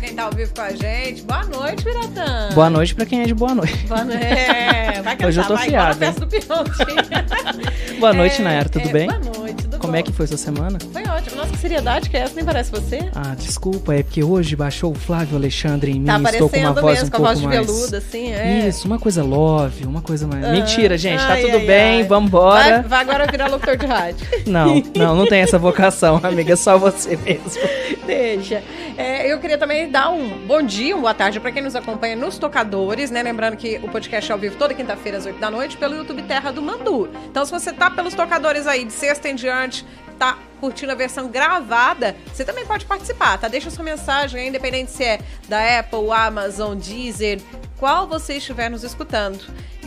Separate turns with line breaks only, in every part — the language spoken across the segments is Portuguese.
quem tá ao vivo com a gente. Boa noite, Piratã.
Boa noite pra quem é de boa noite.
Boa noite. É, vai cantar,
Hoje eu tô
vai, igual na
fiada, hein?
festa do Pinotinho.
Boa noite,
É,
Nayara, tudo
é,
bem?
Boa noite, tudo
Como
bom?
é que foi sua semana?
Foi ótimo. Nossa, que seriedade que é essa, nem parece você.
Ah, desculpa, é porque hoje baixou o Flávio Alexandre em mim.
tá
estou com uma
aparecendo
voz
mesmo,
um
com a
pouco
voz de
mais...
veludo, assim. É.
Isso, uma coisa love, uma coisa mais.
Ah,
Mentira, gente, tá
ai,
tudo
ai,
bem,
ai.
vambora.
Vai, vai agora virar locutor de rádio.
Não, não, não tem essa vocação, amiga, é só você mesmo.
Deixa. É, eu queria também dar um bom dia, uma boa tarde para quem nos acompanha nos tocadores, né? Lembrando que o podcast é ao vivo toda quinta-feira às 8 da noite pelo YouTube Terra do Mandu. Então, se você tá pelos tocadores aí de sexta em diante, tá curtindo a versão gravada, você também pode participar, tá? Deixa sua mensagem, aí, independente se é da Apple, Amazon, Deezer, qual você estiver nos escutando.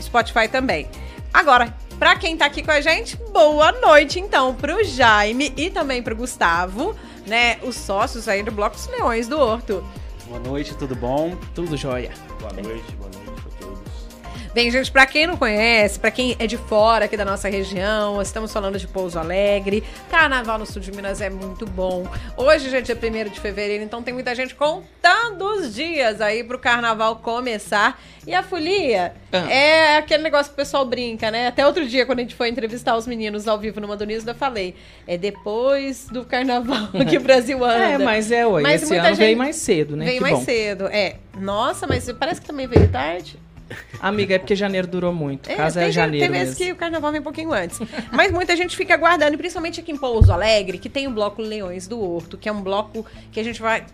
Spotify também. Agora, pra quem tá aqui com a gente, boa noite então pro Jaime e também pro Gustavo, né? Os sócios aí do Bloco dos Leões do Horto.
Boa noite, tudo bom?
Tudo jóia.
Boa noite, boa noite pra todos.
Bem, gente, pra quem não conhece, pra quem é de fora aqui da nossa região, estamos falando de Pouso Alegre. Carnaval no sul de Minas é muito bom. Hoje, gente, é 1 de fevereiro, então tem muita gente contando os dias aí pro carnaval começar. E a folia
Ah.
é aquele negócio que o pessoal brinca, né? Até outro dia, quando a gente foi entrevistar os meninos ao vivo no Mandonismo, eu falei: é depois do carnaval que o Brasil anda.
É, mas é, ué,
Mas
esse
muita
ano veio
gente-
mais cedo, né?
Veio
que
mais
bom.
cedo, é. Nossa, mas parece que também veio tarde.
Amiga, é porque janeiro durou muito.
É,
Casa é
tem, gente-
janeiro
tem vezes
mesmo.
que o carnaval vem um pouquinho antes. Mas muita gente fica aguardando, e principalmente aqui em Pouso Alegre, que tem o bloco Leões do Horto, que é um bloco que a gente vai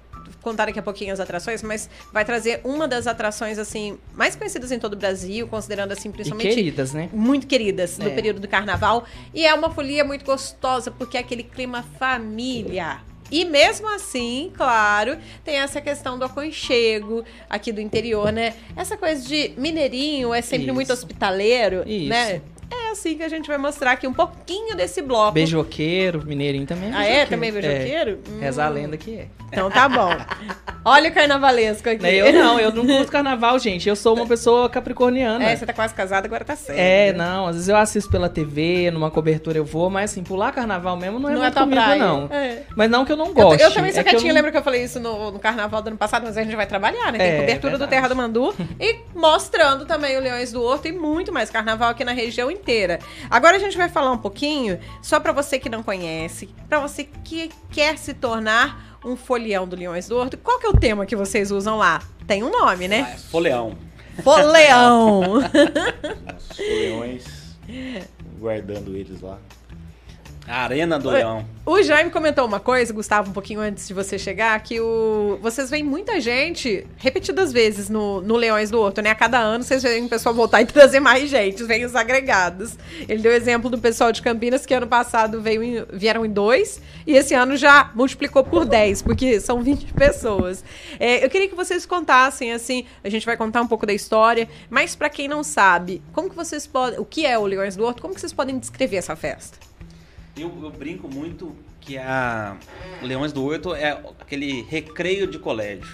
contar daqui a pouquinho as atrações, mas vai trazer uma das atrações assim mais conhecidas em todo o Brasil, considerando assim
E
principalmente
queridas, né?
muito queridas do
É.
período do carnaval. E é uma folia muito gostosa, porque é aquele clima família. E mesmo assim, claro, tem essa questão do aconchego aqui do interior, né? Essa coisa de mineirinho é sempre
Isso.
muito hospitaleiro,
Isso.
né? É assim que a gente vai mostrar aqui um pouquinho desse bloco.
Beijoqueiro, mineirinho também.
Ah, é? Também beijoqueiro?
É.
Hum,
Reza a lenda que é.
Então tá bom. Olha o carnavalesco aqui.
Né, Eu não, eu não curto carnaval, gente. Eu sou uma pessoa capricorniana.
É, você tá quase casada, agora tá certo.
É, não, às vezes eu assisto pela TV, numa cobertura eu vou, mas assim, pular carnaval mesmo não é muito comigo, não.
É.
Mas não que eu não
Eu,
goste.
eu também sou
é que
quietinha,
eu não-
lembra que eu falei isso no, no carnaval do ano passado, mas a gente vai trabalhar, né? Tem
É,
cobertura do
verdade.
Terra do Mandu e mostrando também o Leões do Horto e muito mais carnaval aqui na região inteira. Agora a gente vai falar um pouquinho, só pra você que não conhece, pra você que quer se tornar um folião do Leões do Horto, qual que é o tema que vocês usam lá? Tem um nome, né?
Foleão.
Foleão!
Os foleões, guardando eles lá. A Arena do Leão.
O Jaime comentou uma coisa, Gustavo, um pouquinho antes de você chegar, que o... vocês veem muita gente repetidas vezes no, no Leões do Horto, né? A cada ano vocês veem o pessoal voltar e trazer mais gente, vem os agregados. Ele deu exemplo do pessoal de Campinas, que ano passado veio em- vieram em dois, e esse ano já multiplicou por 10, porque são 20 pessoas. É, eu queria que vocês contassem, assim, a gente vai contar um pouco da história, mas pra quem não sabe, como que vocês podem... O que é o Leões do Horto? Como que vocês podem descrever essa festa?
Eu, eu brinco muito que a Leões do Horto é aquele recreio de colégio.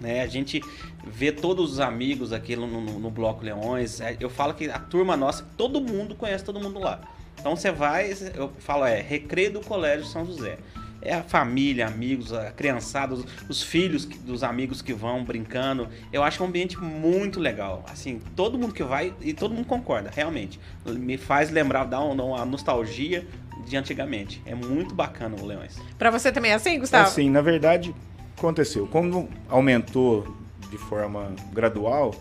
Né? A gente vê todos os amigos aqui no, no- no Bloco Leões. É, Eu falo que a turma nossa, todo mundo conhece todo mundo lá. Então você vai, eu falo, é recreio do colégio São José. É a família, amigos, a criançada, os, os filhos que- dos amigos que vão brincando. Eu acho um ambiente muito legal. Assim, todo mundo que vai e todo mundo concorda, realmente. Me faz lembrar, dá um- dá uma nostalgia de antigamente. É muito bacana o Leões.
Pra você também é assim, Gustavo?
Assim, na verdade, aconteceu. Como aumentou de forma gradual,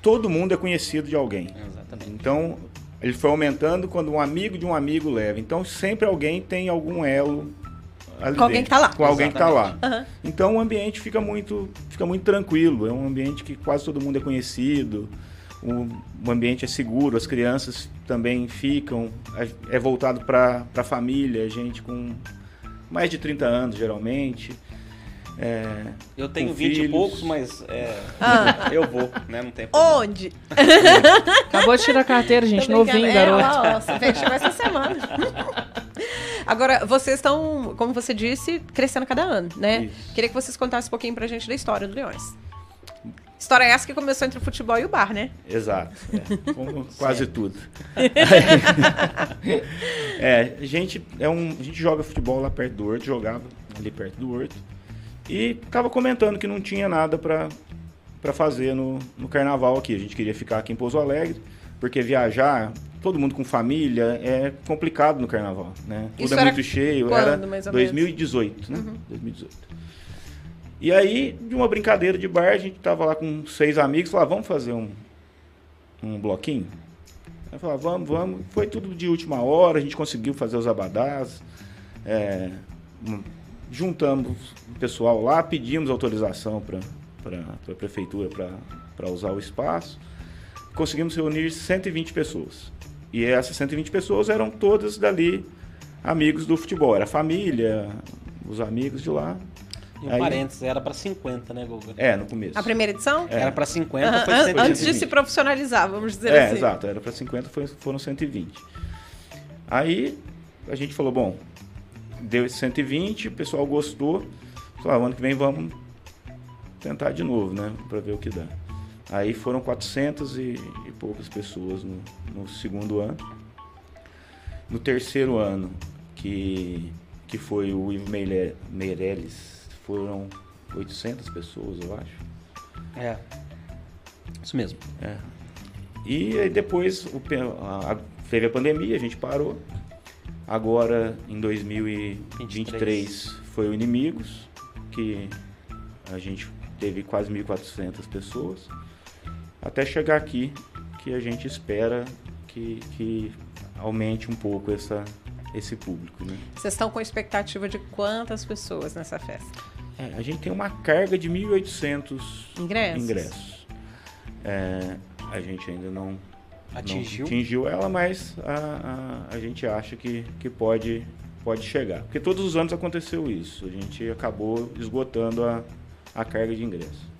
todo mundo é conhecido de alguém.
Exatamente.
Então, ele foi aumentando quando um amigo de um amigo leva. Então, sempre alguém tem algum elo ali
Com alguém
dentro,
que tá lá.
Com alguém que
Exatamente.
tá lá.
Aham.
Então, o ambiente fica muito, fica muito tranquilo. É um ambiente que quase todo mundo é conhecido. O, o ambiente é seguro, as crianças também ficam. A- É voltado para a família, gente com mais de 30 anos, geralmente.
Eu tenho
Com
20 e
filhos.
poucos, mas é,
Ah.
eu vou, né? Não tem problema.
Onde?
Acabou de tirar a carteira, gente,
Tô brincando.
novinho,
é,
garoto.
ó, ó, você fechou essa semana. Agora, vocês estão, como você disse, crescendo cada ano, né?
Isso.
Queria que vocês contassem um pouquinho pra gente da história do Leões. História essa que começou entre o futebol e o bar, né?
Exato. é. Como quase tudo. é, a gente, é um, a gente joga futebol lá perto do Horto, jogava ali perto do Horto. E estava comentando que não tinha nada para para fazer no, no carnaval aqui. A gente queria ficar aqui em Pouso Alegre, porque viajar, todo mundo com família, é complicado no carnaval, né? Tudo
Isso
é
era
muito cheio,
quando,
era
mais ou menos? Uhum.
2018, né? 2018. E aí, de uma brincadeira de bar, a gente tava lá com seis amigos, falava, vamos fazer um, um bloquinho? Aí falava, vamos, vamos. Foi tudo de última hora, a gente conseguiu fazer os abadás, é, hum, juntamos o pessoal lá, pedimos autorização para a prefeitura para usar o espaço. Conseguimos reunir 120 pessoas. E essas 120 pessoas eram todas dali amigos do futebol. Era a família, os amigos de lá.
E um
Aí-
parênteses, era pra 50, né, Guga?
É, no começo.
A primeira edição?
É,
Era pra 50,
Aham,
foi
an-
120.
antes de se profissionalizar, vamos dizer
É,
assim.
exato. Era para 50, foi- foram 120. Aí a gente falou, bom, deu esse 120, o pessoal gostou. Falou, ah, ano que vem vamos tentar de novo, né? Para ver o que dá. Aí foram 400 e, e poucas pessoas no, no segundo ano. No terceiro ano, que, que foi o Ivo Meire- Meirelles, foram 800 pessoas, eu acho.
É. Isso mesmo.
E aí depois o pe- a- a- teve a pandemia, a gente parou. Agora, em 2023, foi o Inimigos, que a gente teve quase 1.400 pessoas. Até chegar aqui, que a gente espera que, que aumente um pouco essa, esse público. Né?
Vocês estão com expectativa de quantas pessoas nessa festa?
É, a gente tem uma carga de 1.800
Ingressos?
ingressos. É, a gente ainda não
Atingiu.
Não atingiu ela, mas a, a, a gente acha que, que pode, pode chegar. Porque todos os anos aconteceu isso. A gente acabou esgotando a, a carga de ingresso.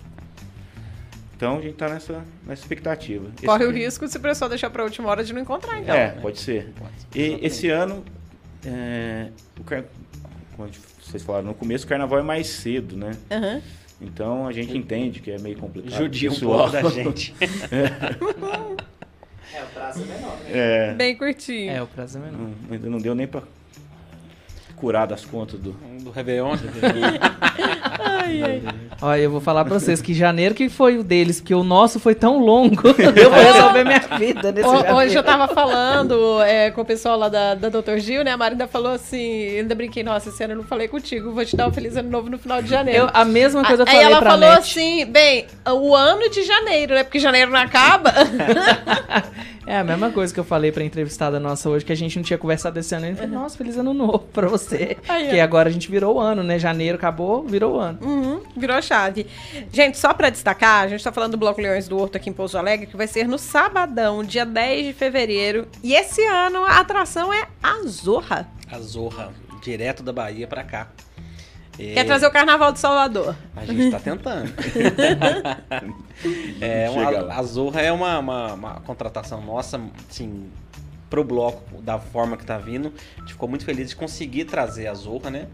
Então a gente está nessa, nessa expectativa. Esse-
Corre o risco se o pessoal deixar pra última hora de não encontrar, então.
né?
É, pode ser.
Pode.
E esse ano, é, o car... como a gente- vocês falaram no começo, o carnaval é mais cedo, né?
Aham.
Então a gente entende que é meio complicado.
Judia um
pessoal.
pouco da gente.
É, o prazo é menor, né?
É,
Bem curtinho.
É, o prazo é menor.
não- ainda não deu nem para curar das contas do,
Do Réveillon.
Ai, ai.
Olha, eu vou falar pra vocês que janeiro que foi o deles, porque o nosso foi tão longo. eu vou resolver minha vida nesse
Ho-
janeiro.
Hoje eu tava falando é, com o pessoal lá da, da Dr. Gil, né? A Marina falou assim, ainda brinquei, nossa, esse ano eu não falei contigo, vou te dar um feliz ano novo no final de janeiro.
Eu- a mesma coisa eu
Aí
falei
ela
pra
falou
Net.
assim, bem, o ano de janeiro, né? Porque janeiro não acaba.
É a mesma coisa que eu falei pra entrevistada nossa hoje, que a gente não tinha conversado esse ano. Ele falou, nossa, feliz ano novo pra você.
Uhum. Aí, ó.
Porque agora a gente virou o ano, né? Janeiro acabou, virou o ano.
Uhum, virou a chave. Gente, só pra destacar, a gente tá falando do Bloco Leões do Horto aqui em Pouso Alegre, que vai ser no sabadão, dia 10 de fevereiro. E esse ano a atração é a Zorra.
A Zorra, direto da Bahia pra cá. É,
Quer trazer o Carnaval de Salvador.
A gente tá tentando. é, uma-
Chega lá.
a Zorra é uma, uma- uma contratação nossa, assim, pro bloco, da forma que tá vindo. A gente ficou muito feliz de conseguir trazer a Zorra, né?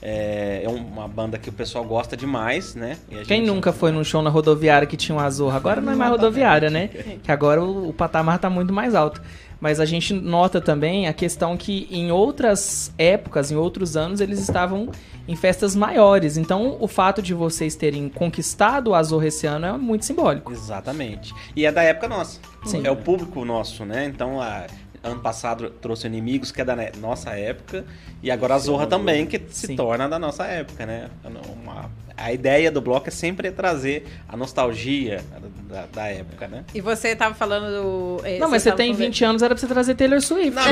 É, é uma banda que o pessoal gosta demais, né? E a
Quem
gente-
nunca foi num show na rodoviária que tinha um azul? Agora não é mais rodoviária, né? Que agora o, o patamar tá muito mais alto. Mas a gente nota também a questão que em outras épocas, em outros anos, eles estavam em festas maiores. Então, o fato de vocês terem conquistado o Azul esse ano é muito simbólico.
Exatamente. E é da época nossa.
Sim.
É o público nosso, né? Então, a- ano passado trouxe inimigos que é da ne- nossa época. E agora a Zorra também, que se
Sim.
torna da nossa época, né? Uma- a ideia do bloco é sempre trazer a nostalgia da, da época, né?
E você tava falando do. eh,
Não, mas você
tava
tem
falando-
20 anos, era pra você trazer Taylor Swift.
É, mas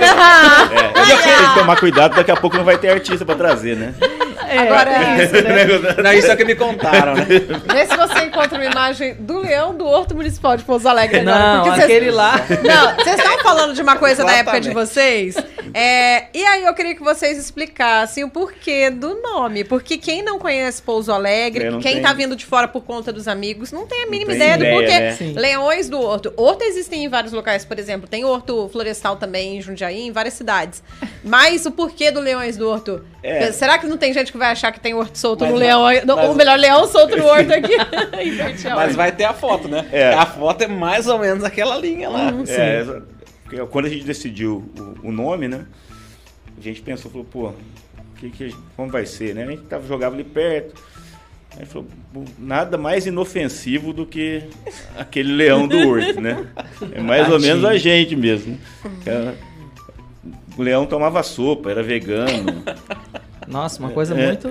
é que tem que tomar cuidado, daqui a pouco não vai ter artista pra trazer, né?
É,
Agora é isso, né?
Não, isso é o que me contaram, né?
Vê se você encontra uma imagem do leão do Horto Municipal de Pouso Alegre agora.
Não,
porque vocês-
aquele lá.
Não, vocês estão falando de uma coisa da época de
Exatamente.
vocês. É, e aí eu queria que vocês explicassem o porquê do nome. Porque quem não conhece Pouso Alegre,
É, não
quem
tem.
tá vindo de fora por conta dos amigos, não tem a mínima
tem
ideia do
ideia,
porquê.
né?
Sim.
Leões do Horto. Horto existem em vários locais, por exemplo. Tem Horto Florestal também em Jundiaí, em várias cidades. Mas o porquê do Leões do Horto?
É.
Será que não tem gente que vai achar que tem Horto solto
Mas
no
vai-
Leão? no-
mas-
Ou melhor, Leão solto no Horto aqui. Inverti a
Mas
ordem.
vai ter a foto, né?
É.
A foto é mais ou menos aquela linha lá.
Uhum.
É, essa- porque quando a gente decidiu o, o nome, né? A gente pensou, falou, pô, que, que, como vai ser, né? A gente tava, jogava ali perto. Aí ele falou, "Bom, nada mais inofensivo do que aquele leão do horto, né? É mais ou menos a gente mesmo. Era- O leão tomava sopa, era vegano.
Nossa, uma coisa muito.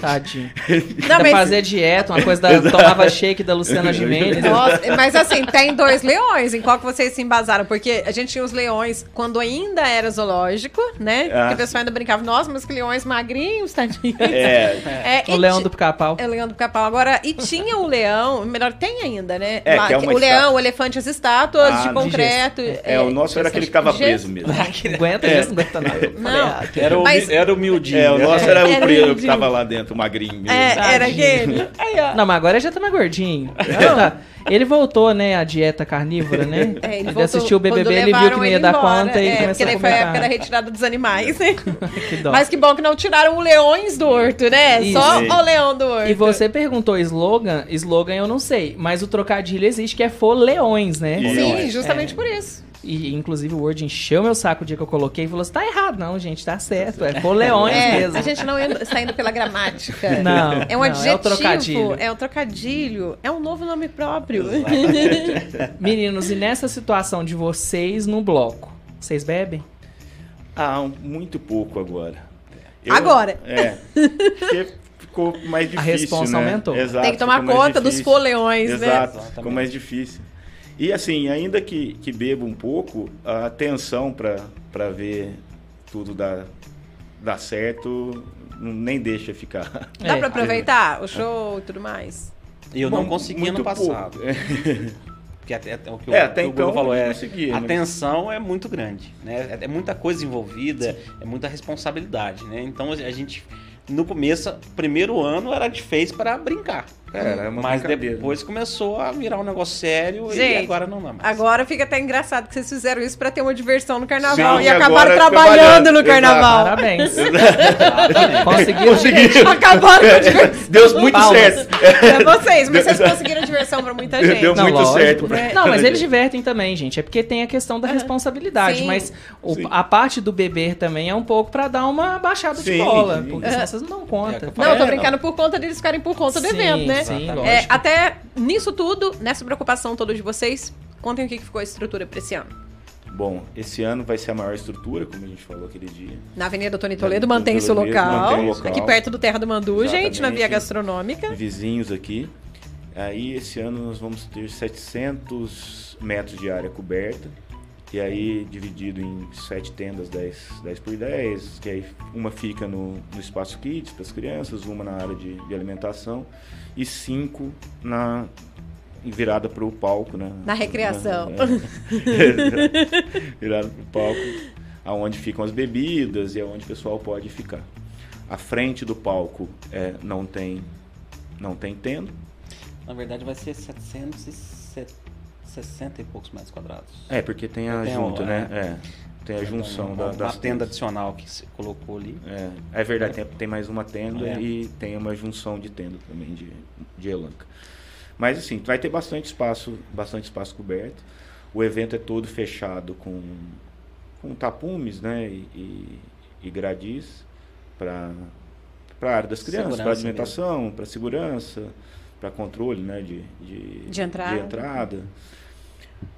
Tadinho.
Não,
Ainda
mas-
fazer dieta, uma coisa da. Tomava shake da Luciana Gimenez.
Nossa, mas assim, tem dois leões. Em qual que vocês se embasaram? Porque a gente tinha os leões quando ainda era zoológico, né?
Ah.
Que o pessoal ainda brincava, nossa, mas que leões magrinhos, tadinhos.
É,
É,
O
e
leão
ti-
do pica-pau.
É o leão do pica-pau. Agora, e tinha o leão, melhor, tem ainda, né?
É,
Lá,
que é
o
uma
leão,
estátua.
o elefante, as estátuas
Ah,
de
de
concreto.
é, o nosso era aquele que tava preso mesmo.
Não aguenta isso, não aguenta nada. Eu falei, ah,
Era o,
Mas-
era o miudinho.
É, o
né?
nosso era o
Era
preso que
miudinho.
tava lá dentro, o magrinho mesmo.
É, era aquele. Aí, ó.
Não, mas agora já tá mais gordinho. Já tá. Ele voltou, né, à dieta carnívora, né?
É,
ele
voltou-
assistiu o
quando
BBB, ele viu que
levaram
não ia
ele
dar
embora,
conta e
é, porque
começou a
daí foi a época da
comer
retirada dos animais. né?
carne. Que dó.
Mas que bom que não tiraram o leões do horto, né?
Isso.
Só
Sim.
o leão do horto.
E você perguntou slogan, slogan eu não sei, mas o trocadilho existe, que é for leões, né?
Isso.
Sim,
Leões.
justamente por isso.
E inclusive o Word encheu meu saco o dia que eu coloquei e falou assim, tá errado. Não, gente, tá certo, é for leões
É,
mesmo.
a gente não anda- está indo pela gramática.
Não,
É um
não, é o
adjetivo, é,
trocadilho.
um trocadilho, é um novo nome próprio.
Meninos, e nessa situação de vocês no bloco, vocês bebem?
Ah, um- muito pouco agora.
Agora.
É. Porque ficou mais difícil.
responsa
né?
aumentou.
Exato,
Tem que tomar
ficou mais
conta dos
difícil.
foleões, né?
Exato, ficou
Exatamente.
mais difícil. E assim, ainda que, que beba um pouco, a atenção para ver tudo dar, dar certo nem deixa ficar.
Dá
É.
pra aproveitar o show e tudo mais?
E eu não
Bom,
consegui
muito
ano passado.
pouco. É,
Porque até, até o que
É,
o,
até
que o
então
Bruno falou,
eu
é,
consegui,
a
mas-
tensão é muito grande, né? É, é muita coisa envolvida, é muita responsabilidade, né? Então a gente, no começo, primeiro ano era de fez para brincar.
É, Era uma
Mas
brincadeira. né?
depois começou a virar um negócio sério e
Gente,
agora não dá mais.
Agora fica até engraçado que vocês fizeram isso pra ter uma diversão no carnaval
Sim,
e
e
acabaram
agora
trabalhando no
trabalhando,
carnaval.
Parabéns.
Exatamente.
Conseguiram.
Acabaram com a diversão.
Deu muito
Palmas.
certo.
É vocês, mas vocês conseguiram diversão pra muita Tá, gente.
Deu muito
lógico. né?
certo. pra-
Não, mas eles divertem também, gente. É porque tem a questão da responsabilidade.
Sim.
Mas o-
Sim.
a parte do beber também é um pouco pra dar uma baixada de
Sim,
bola.
sim.
Porque senão vocês não dão
É, que
conta.
eu
Não, eu tô
É,
brincando por conta deles ficarem por conta do
Sim,
evento, né?
Sim,
É,
lógico.
É, até nisso tudo, nessa preocupação toda de vocês, contem o que que ficou a estrutura pra esse ano.
Bom, esse ano vai ser a maior estrutura, como a gente falou aquele dia.
Na Avenida Tony Toledo,
Avenida
mantém-se o
Tony Toledo,
local.
mantém o local.
Aqui perto do Terra do Mandu, gente, na Via
Exatamente.
Gastronômica.
vizinhos aqui. Aí esse ano nós vamos ter 700 metros de área coberta. E aí dividido em sete tendas 10, 10 por 10, que aí uma fica no, no espaço kids para as crianças, uma na área de, de alimentação e cinco na virada para o palco, né?
Na recreação.
Na- é. virada para o palco, aonde ficam as bebidas e aonde o pessoal pode ficar. A frente do palco é, não tem não tem tenda.
Na verdade vai ser 760 e poucos metros quadrados.
É, porque tem a
Tem
junta,
uma-
né? É. Tem a junção
Então,
da,
uma,
das
uma tenda
tendas.
adicional que se colocou ali.
É, é verdade, tem, tem mais uma tenda
É.
e tem uma junção de tenda também de, de elanca. Mas assim, vai ter bastante espaço, bastante espaço coberto. O evento é todo fechado com, com tapumes, né? E, e, e gradis para a área das crianças, para
Segurança mesmo.
alimentação, para segurança, para controle, né? De, de,
De entrada.
entrada.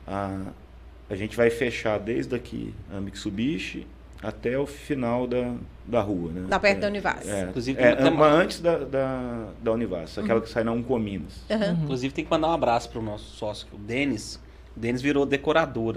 Ah, A, a gente vai fechar desde aqui a Mitsubishi até o final da, da rua, né?
Lá Tá perto
é,
da Univaz.
É,
Inclusive,
Inclusive,
tem uma-
é, uma antes da, da, da Univaz, aquela que sai na Uncominas.
Aham.
Uhum.
Inclusive tem que mandar um abraço pro nosso sócio, é o Denis. O Denis virou decorador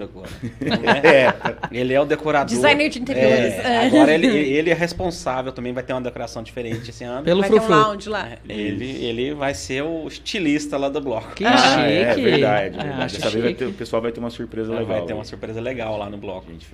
agora. Né?
É,
Ele é o decorador.
Designer de interiores.
É, agora ele, ele é responsável também, vai ter uma decoração diferente esse ano. né?
Pelo Ah,
Vai ter um
frufru.
lounge lá.
Ele, ele vai ser o estilista lá do bloco.
Que
ah,
chique.
é verdade.
Ah,
verdade.
acho
Dessa vez vai
chique.
ter- o pessoal vai ter uma surpresa legal.
Vai ter
aí.
uma surpresa legal lá no bloco.
A gente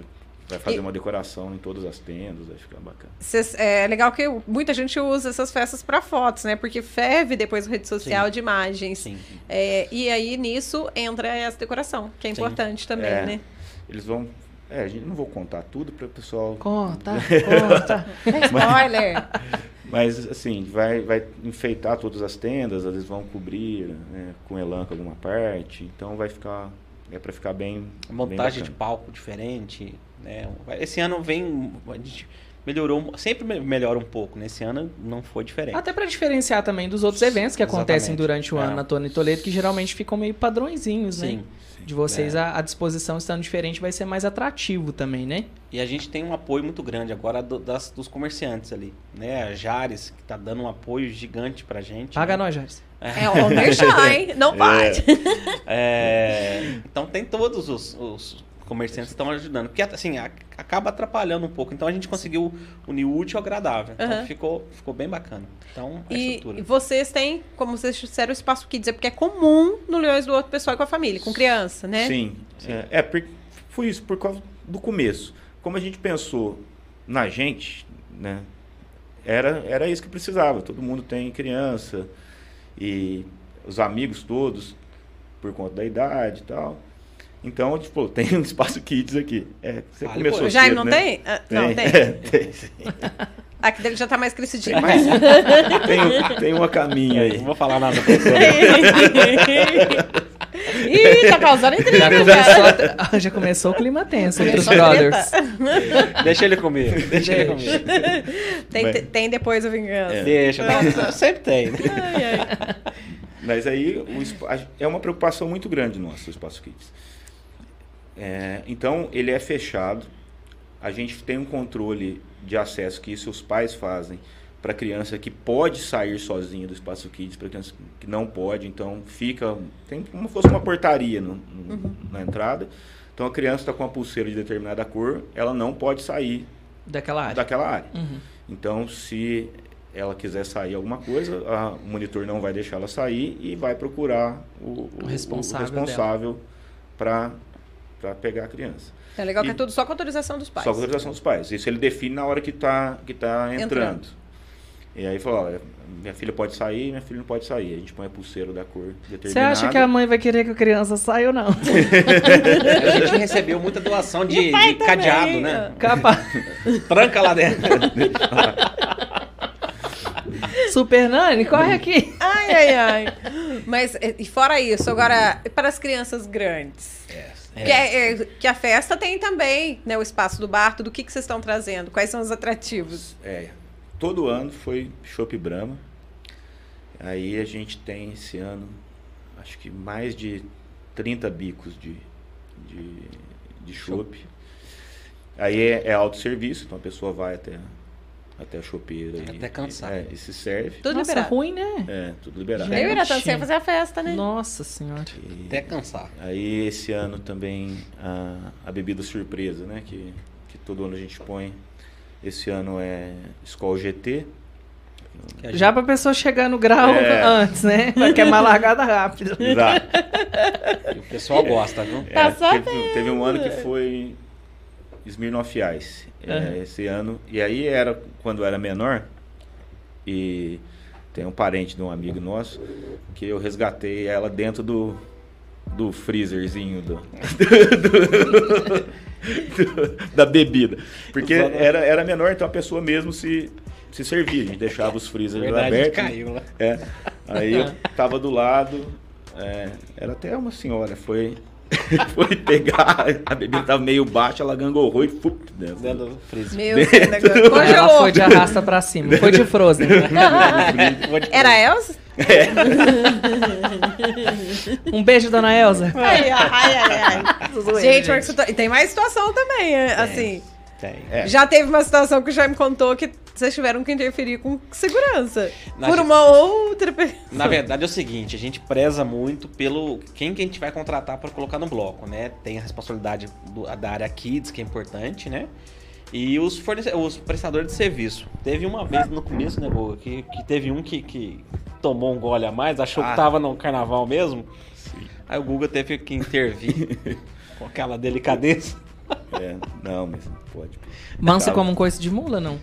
vai fazer uma decoração em todas as tendas, vai ficar bacana.
Cês- é legal que muita gente usa essas festas pra fotos, né? Porque ferve depois a rede social de imagens.
Sim.
É, e aí nisso entra essa decoração, que é
Sim.
importante também,
É.
né?
Eles vão. É, a gente não vou contar tudo para o pessoal.
Conta, conta.
Spoiler!
Mas assim, vai, vai enfeitar todas as tendas, eles vão cobrir né, com elanco alguma parte, então vai ficar. É para ficar bem. bem
Montagem de
bacana.
palco diferente. Né? Esse ano vem. A gente melhorou, sempre me- melhora um pouco. Nesse ano não foi diferente.
Até pra diferenciar também dos outros eventos que acontecem
Exatamente.
durante o ano
É.
na Tona e Toledo, que geralmente ficam meio padrõezinhos, né?
Sim.
De vocês, a, a disposição estando diferente vai ser mais atrativo também, né?
E a gente tem um apoio muito grande agora do- das- dos comerciantes ali, né? A Jares, que tá dando um apoio gigante pra gente.
Paga
né?
nós, Jairz.
É, ó, deixa, hein? Não pode.
É, então tem todos os, os comerciantes que estão ajudando. Porque assim, a- acaba atrapalhando um pouco. Então a gente conseguiu unir o útil ao agradável. Então
Aham.
ficou, ficou bem bacana. Então, a
E
estrutura.
vocês têm, como vocês disseram, o espaço kids, é porque é comum no Leões do Outro pessoal ir com a família, com criança, né?
Sim. É, é, por- foi isso, por causa do começo. Como a gente pensou na gente, né? Era, era isso que precisava. Todo mundo tem criança e os amigos todos, por conta da idade e tal. Então, tipo, tem um espaço kids aqui. É, você
Vale,
começou
pô.
O Jaime
cedo,
não
né? É,
tem? Ah, Não, tem.
tem,
Aqui dele já tá mais crescidinho.
tem mais. tem, tem uma caminha
Não
aí.
vou falar nada pra você.
Ih, tá causando
Já
intriga,
começou,
cara.
a tre- já começou o clima tenso entre os
Começou a treta.
brothers.
Deixa ele comigo. Deixa ele
Gente.
comigo.
Tem,
Bem. É.
tem- tem depois a vingança.
Deixa. não, sempre tem.
Ai, ai.
Mas aí o espa- a- é uma preocupação muito grande nossa, o Espaço Kids. É, então, ele é fechado. A gente tem um controle de acesso que isso os pais fazem para criança que pode sair sozinha do Espaço Kids, para criança que não pode. Então, fica tem como se fosse uma portaria no- no- na entrada. Então, a criança está com uma pulseira de determinada cor, ela não pode sair
Daquela área.
daquela área.
Uhum.
Então, se ela quiser sair alguma coisa, a- o monitor não vai deixar ela sair e vai procurar o,
O responsável dela.
para pegar a criança.
É legal que é
E-
tudo só com autorização dos pais.
Só com autorização dos pais. Isso ele define na hora que está que tá entrando. E aí fala, olha, minha filha pode sair, minha filha não pode sair. A gente põe a pulseira da cor determinada.
Você acha que a mãe vai querer que a criança saia ou não?
A gente recebeu muita doação de, de cadeado, né?
Capaz.
Tranca lá dentro.
Super Nani,
Uhum.
corre aqui.
Ai, ai, ai. Mas, e e fora isso, agora, e para as crianças grandes? Que, é- é- que a festa tem também, né? O espaço do bar, tudo. O que, que vocês estão trazendo? Quais são os atrativos?
É, todo ano foi Chopp Brahma. Aí a gente tem esse ano, acho que mais de 30 bicos de, de, de chopp. Aí é, é autosserviço, então a pessoa vai até, até a chopeira e,
Até cansar.
é, e se serve.
Tudo
Nossa,
liberado.
ruim, né?
É, tudo liberado.
Eu era tanto
Gente.
sem fazer a festa, né?
Nossa senhora.
E-
Até cansar.
Aí esse ano também a, a bebida surpresa, né? Que, que todo ano a gente põe. Esse ano é Skol GT.
Que a
Já
É gente-
pra pessoa chegar no grau
É.
antes, né? Vai queimar largada rápido.
Exato.
O pessoal gosta, viu?
É,
Tá só
teve, teve um ano que foi Smirnoff Ice. é,
Aham.
esse ano. E aí era quando eu era menor. E tem um parente de um amigo nosso que eu resgatei ela dentro do, do freezerzinho do, do- do- da bebida. Porque era, era menor, então a pessoa mesmo se, se servia. A gente deixava os
Na
freezers
verdade,
abertos.
caiu lá.
É. Aí eu tava do lado. é, era até uma senhora, foi. foi pegar, a bebida tava meio baixa, ela gangorrou e fup, dentro.
Dentro do freezer.
Meu Deus, que negócio.
Ela
Congelou.
foi de arrasta pra cima. Foi de Frozen.
Era a Elsa?
Um beijo, dona Elza.
Ai, ai, ai, ai. Gente, mas situa- e tem mais situação também, é, assim.
Tem.
É.
Já teve uma situação que o Jaime contou que vocês tiveram que interferir com segurança.
Na
por
gente-
uma outra pessoa.
Na verdade é o seguinte, a gente preza muito pelo quem que a gente vai contratar para colocar no bloco, né? Tem a responsabilidade do- da área kids, que é importante, né? E os, fornece- os prestadores de serviço. Teve uma vez no começo, né, Boa, que, que teve um que, que tomou um gole a mais, achou
Ah.
que tava no carnaval mesmo. Aí o Guga teve que intervir com aquela delicadeza.
É, não, mas não pode.
Manso
Tá.
como um coice de mula, não?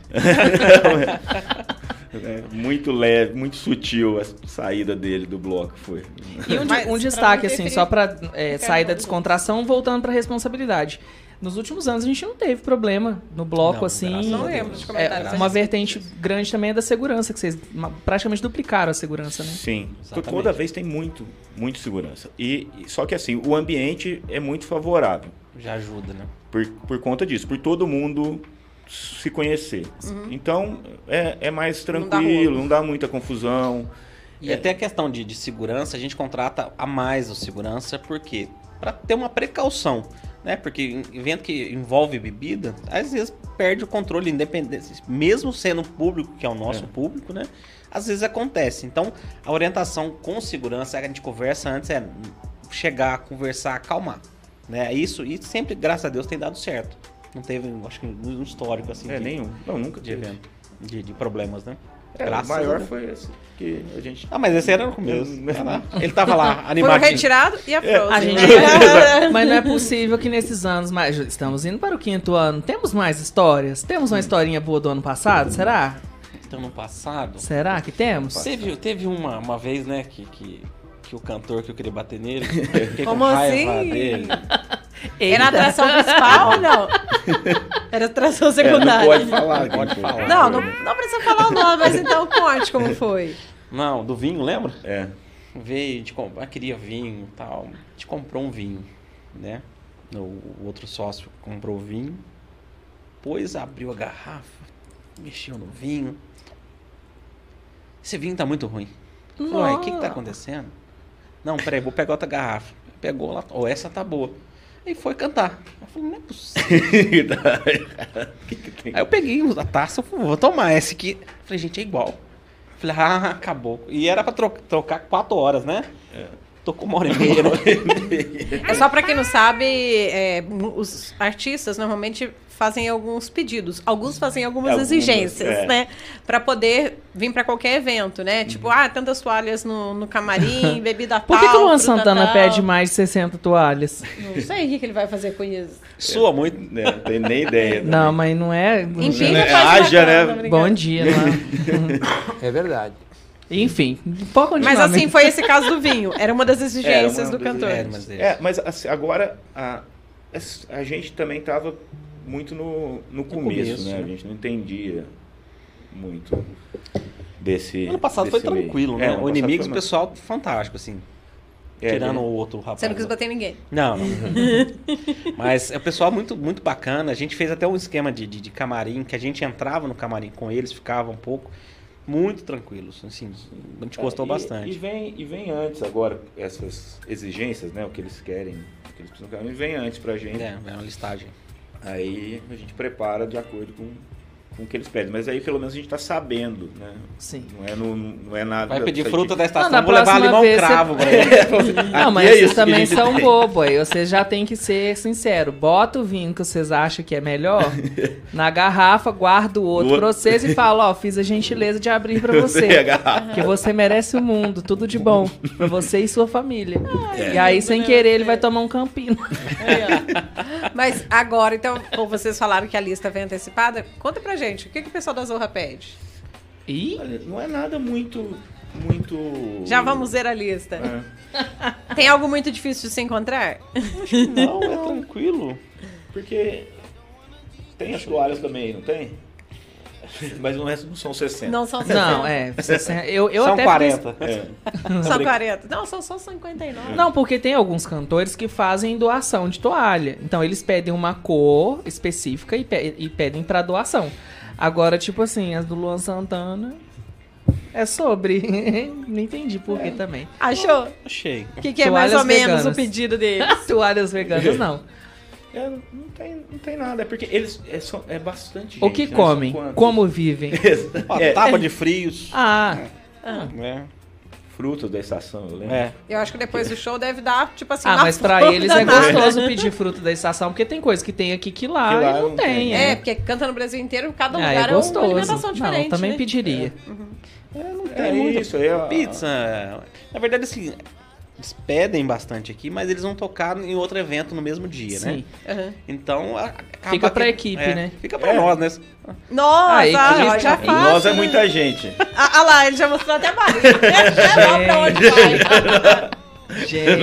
É, muito leve, muito sutil a saída dele do bloco foi.
E um, de-
Mas,
um
pra
destaque,
não
assim,
interferir-
só pra é,
Fica
sair da
errado.
descontração, voltando pra responsabilidade. Nos últimos anos a gente não teve problema no bloco,
Não,
assim.
graças
Não
a Deus.
lembro de
É,
comentários.
uma vertente grande também é da segurança, que vocês ma- praticamente duplicaram a segurança, né?
Sim,
Exatamente.
toda vez tem muito, muito segurança. E e- só que assim, o ambiente é muito favorável.
Já ajuda, né?
Por, por conta disso, por todo mundo se conhecer. Então é, é mais tranquilo,
rolo.
não dá muita confusão.
E até a questão de, de segurança, a gente contrata a mais o segurança, porque para ter uma precaução, né? Porque em- evento que envolve bebida, às vezes perde o controle independente, mesmo sendo público, que é o nosso público, né? Às vezes acontece. Então, a orientação com segurança, a gente conversa antes, é chegar, conversar, acalmar, né? Isso e sempre, graças a Deus, tem dado certo. Não teve, acho que um histórico assim
É
de,
nenhum. Não, nunca
de
tive.
evento, de, de problemas, né?
É, o
Graças a
maior
Deus.
foi esse que a gente.
Ah, mas esse era no começo.
Eu-
Ah, lá. Ele tava lá,
Foi o
animadinho.
retirado e a Frozen.
A gente-
né?
Mas não é possível que nesses anos, mas estamos indo para o quinto ano, temos mais histórias? Temos uma historinha boa do ano passado? Será?
Então, no passado,
Será que temos?
teve, teve uma, uma vez, né, que, que, que o cantor que eu queria bater nele, eu fiquei
Como
com raiva
assim?
dele.
Era a atração principal ou não? Era a atração
tá- É, não
secundária.
pode falar.
Não pode
gente.
falar.
Não, não, não precisa falar o nome, mas então conte como foi.
Não, do vinho, lembra?
É.
Veio, de comprar, ah, queria vinho e tal. A gente comprou um vinho, né? O, o outro sócio comprou o vinho, pois abriu a garrafa, mexeu no vinho. Esse vinho tá muito ruim. Falou, ué, o que que tá acontecendo? Não, peraí, vou pegar outra garrafa. Pegou lá, ó, essa tá boa. E foi cantar. Eu falei, não é possível. Aí eu peguei a taça, eu falei, vou tomar essa aqui. Falei, gente, é igual. Falei, ah, acabou. E era pra tro- trocar quatro horas, né?
É.
Tocou uma hora e meia. né?
É só pra quem não sabe, é, mu- os artistas normalmente fazem alguns pedidos, alguns fazem algumas
Algumas,
exigências,
é.
né? Pra poder vir pra qualquer evento, né? Tipo,
Uhum.
ah, tantas toalhas no, no camarim, bebida tal.
Por que, que o Luan
fruta
Santana
tal.
pede mais de 60 toalhas?
Não sei o que que ele vai fazer com isso.
Soa muito.
É, não tem nem ideia. né?
Não, mas não é.
Enfim,
né?
não faz
Haja,
bacana,
né?
tá brincando.
Bom dia, não é?
É verdade.
Enfim, pode continuar.
Mas assim,
amigo.
foi esse caso do vinho. Era uma das exigências
Era uma
do
das
cantor.
É, mas é.
É, mas assim, agora a, as- a gente também estava muito no, no começo,
começo,
né?
né?
A gente não entendia muito desse.
Ano passado foi
desse meio.
tranquilo,
É,
né?
ano
o
passado
inimigos,
foi
o
uma-
pessoal fantástico, assim.
É,
tirando
né?
o outro rapaz.
Você não quis
lá.
bater em ninguém.
Não, não. Mas é o pessoal muito, muito bacana. A gente fez até um esquema de, de, de camarim, que a gente entrava no camarim com eles, ficava um pouco. Muito tranquilos, assim. A gente gostou
É, e-
bastante.
E vem, e vem antes agora essas exigências, né? O que eles querem, o que eles precisam, e vem antes pra gente.
É, é uma listagem.
Aí a gente prepara de acordo com, com o que eles pedem. Mas aí pelo menos a gente tá sabendo, né?
Sim.
Não é, no, não é nada.
Vai pedir
isso aí
fruta né?
que-
da estação,
Não, na
vou levar
próxima
limão
vez você-
cravo pra ele.
Não,
Aqui
mas
é isso
vocês
que a
também
gente
são
tem.
bobos aí. Vocês já tem que ser sincero. Bota o vinho que vocês acham que é melhor na garrafa, guarda o outro
No-
pra vocês e fala, ó, fiz a gentileza de abrir pra
Você
você.
agarrar.
Porque você merece o mundo, tudo de bom. Pra você e sua família.
Ah,
É.
E aí, sem querer, ele vai tomar um campino.
Mas agora, então, como vocês falaram que a lista vem antecipada, conta pra gente, o que, que o pessoal da Zorra pede?
Ih,
Olha, não é nada muito. Muito.
Já
Uh.
vamos ver a lista.
É.
Tem algo muito difícil de se encontrar?
Não, é tranquilo.
Porque tem as toalhas também, não tem? Mas não, é, não são 60.
Não são 60.
não, é. você- Eu, eu
São
até
40.
É.
Só 40. Não, são só 59.
Não, porque tem alguns cantores que fazem doação de toalha. Então eles pedem uma cor específica e, pe- e pedem pra doação. Agora, tipo assim, as do Luan Santana é sobre. Não entendi por que também.
Achou?
Achei.
O que, que é mais
Toalhas
ou menos
veganas.
o pedido dele?
Toalhas veganas, não.
É, não, tem, não tem nada. É porque eles. É, só, é bastante.
O
gente,
que
né?
comem?
São quantos?
Como vivem?
Ó, tá
É.
tábua de frios.
Ah,
né?
Frutas da estação, eu lembro.
É.
Eu acho que depois do show deve dar, tipo assim,
ah
uma
mas pra
fome
eles é
danada.
gostoso pedir fruto da estação, porque tem coisa que tem aqui que lá,
Que lá
e não,
não
tem.
tem.
é.
É, porque canta no Brasil inteiro, cada
Ah,
lugar
é
é, uma
gostoso.
alimentação
não,
diferente.
também
né?
pediria.
não tem
É
muita
isso, é a-
pizza. Na verdade, assim, eles pedem bastante aqui, mas eles vão tocar em outro evento no mesmo
É.
dia, né?
Sim.
Aham.
Então, a- acaba
Fica pra
que-
equipe,
é,
né?
Fica pra
É.
nós, né?
Nossa,
Aí,
ó,
que-
já
Em
faz.
Nós é muita gente.
Ah, ah lá, ele já mostrou até a barriga. É lá pra onde vai. então.
Gente.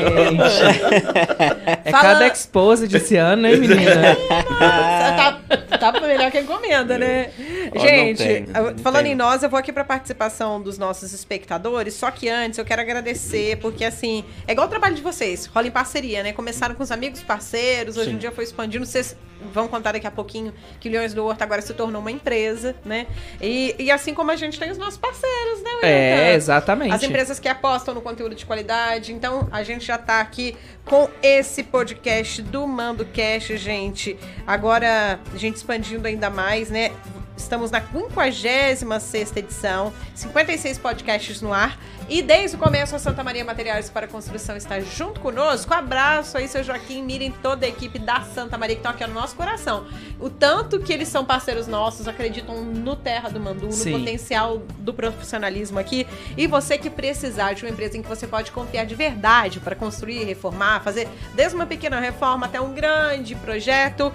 É
Fala-
cada expose desse ano, hein, menina?
Nossa, tá tá melhor que encomenda, né?
Ó, não
Gente,
tem, não
falando
tem.
em nós, eu vou aqui pra participação dos nossos espectadores, só que antes eu quero agradecer, porque assim, é igual o trabalho de vocês, rola em parceria, né? Começaram com os amigos parceiros, hoje em
Sim.
dia foi expandindo, vocês vão contar daqui a pouquinho que o Leões do Horto agora se tornou uma empresa, né? E, e assim como a gente tem os nossos parceiros, né?
É,
Wilton?
exatamente.
As empresas que apostam no conteúdo de qualidade. Então, a gente já tá aqui com esse podcast do Mando Cash, gente. Agora, a gente expandindo ainda mais, né? Estamos na 56ª edição, 56 podcasts no ar. E desde o começo, a Santa Maria Materiais para Construção está junto conosco. Abraço aí, seu Joaquim, Miren, toda a equipe da Santa Maria que estão aqui no nosso coração. O tanto que eles são parceiros nossos, acreditam no Terra do Mandu, no
Sim.
potencial do profissionalismo aqui. E você que precisar de uma empresa em que você pode confiar de verdade para construir, reformar, fazer desde uma pequena reforma até um grande projeto.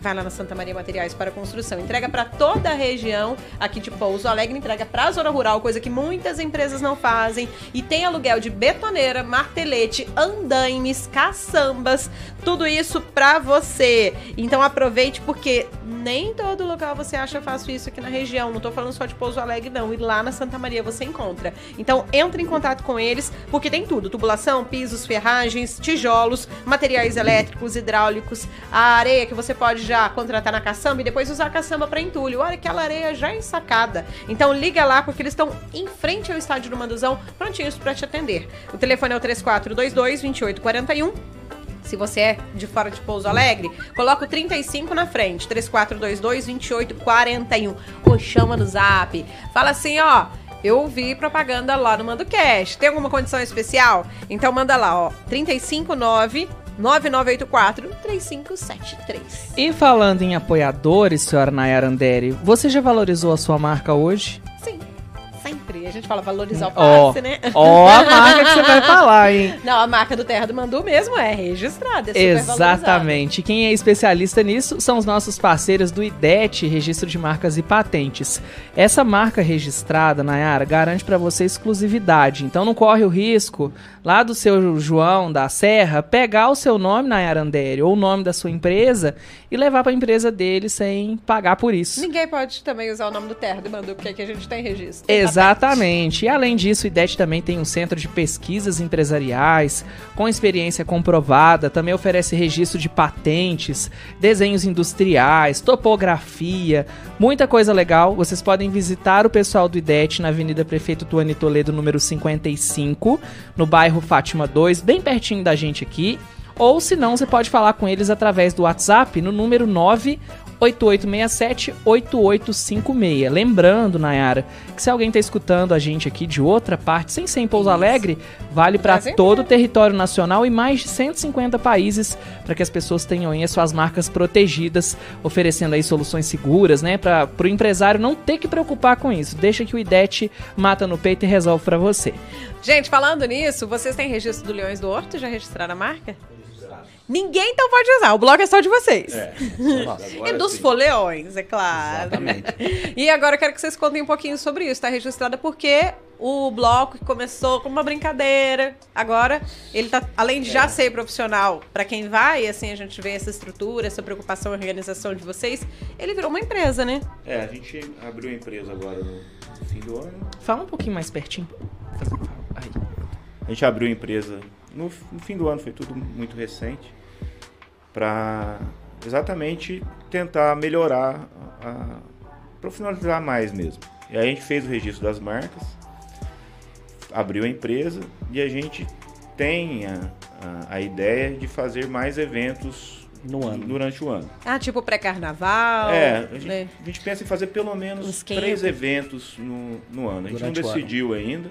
Vai lá na Santa Maria Materiais para Construção. Entrega para toda a região aqui de Pouso Alegre, entrega para a zona rural, coisa que muitas empresas não fazem. E tem aluguel de betoneira, martelete, andaimes, caçambas, tudo isso para você. Então aproveite porque nem todo local você acha fácil isso aqui na região. Não tô falando só de Pouso Alegre não, e lá na Santa Maria você encontra. Então entre em contato com eles porque tem tudo: tubulação, pisos, ferragens, tijolos, materiais elétricos, hidráulicos, a areia que você pode já contratar na caçamba e depois usar a caçamba para entulho. Olha aquela areia já ensacada. Então liga lá porque eles estão em frente ao estádio do Manduzão, prontinhos para te atender. O telefone é o 3422 2841. Se você é de fora de Pouso Alegre, coloca o 35 na frente, 3422-2841. Ou um. chama no zap. Fala assim, ó. Eu vi propaganda lá no Mando Cash. Tem alguma condição especial? Então manda lá, ó. 359 9984 3573.
E falando em apoiadores, senhora Nayara Anderi, você já valorizou a sua marca hoje?
Sim, sempre. A gente fala valorizar o
Ó.
passe, né?
Ó a marca que você vai falar, hein?
Não, a marca do Terra do Mandu mesmo é registrada. É super valorizada.
Exatamente. Quem é especialista nisso são os nossos parceiros do IDET, Registro de Marcas e Patentes. Essa marca registrada, Nayara, garante para você exclusividade. Então não corre o risco lá do seu João da Serra pegar o seu nome, Nayara Andere, ou o nome da sua empresa e levar para a empresa dele sem pagar por isso.
Ninguém pode também usar o nome do Terra do Mandu, porque aqui a gente tem registro. Tem
Exatamente. E além disso, o IDET também tem um centro de pesquisas empresariais com experiência comprovada, também oferece registro de patentes, desenhos industriais, topografia, muita coisa legal. Vocês podem visitar o pessoal do IDET na Avenida Prefeito Tuani Toledo, número 55, no bairro Fátima 2, bem pertinho da gente aqui. Ou se não, você pode falar com eles através do WhatsApp no número 98867-8856. Lembrando, Nayara, que se alguém tá escutando a gente aqui de outra parte, sem ser em Pouso
Isso.
Alegre, vale para
Brasil
todo o território nacional e mais de 150 países para que as pessoas tenham aí as suas marcas protegidas, oferecendo aí soluções seguras, né? Para o empresário não ter que preocupar com isso. Deixa que o IDET mata no peito e resolve para você.
Gente, falando nisso, vocês têm registro do Leões do Horto? Já registraram a marca? Ninguém então pode usar, o blog é só de vocês.
Agora
E dos
sim.
foleões, é claro. E agora eu quero que vocês contem um pouquinho sobre isso. Tá registrada porque o bloco que começou com uma brincadeira. Agora, ele tá, além de já ser profissional, pra quem vai, assim, a gente vê essa estrutura, essa preocupação e organização de vocês, ele virou uma empresa, né?
É, a gente abriu a empresa agora no fim do ano.
Fala um pouquinho mais pertinho. Aí.
A gente abriu a empresa no, f- no fim do ano, foi tudo muito recente, para exatamente tentar melhorar, a- profissionalizar mais mesmo. E aí a gente fez o registro das marcas, abriu a empresa e a gente tem a, a- a ideia de fazer mais eventos
No ano.
durante o ano.
Ah, tipo pré-carnaval.
É, a gente,
né?
a gente pensa em fazer pelo menos
Uns 15.
três eventos no, no ano. A gente
Durante o
não
ano.
decidiu ainda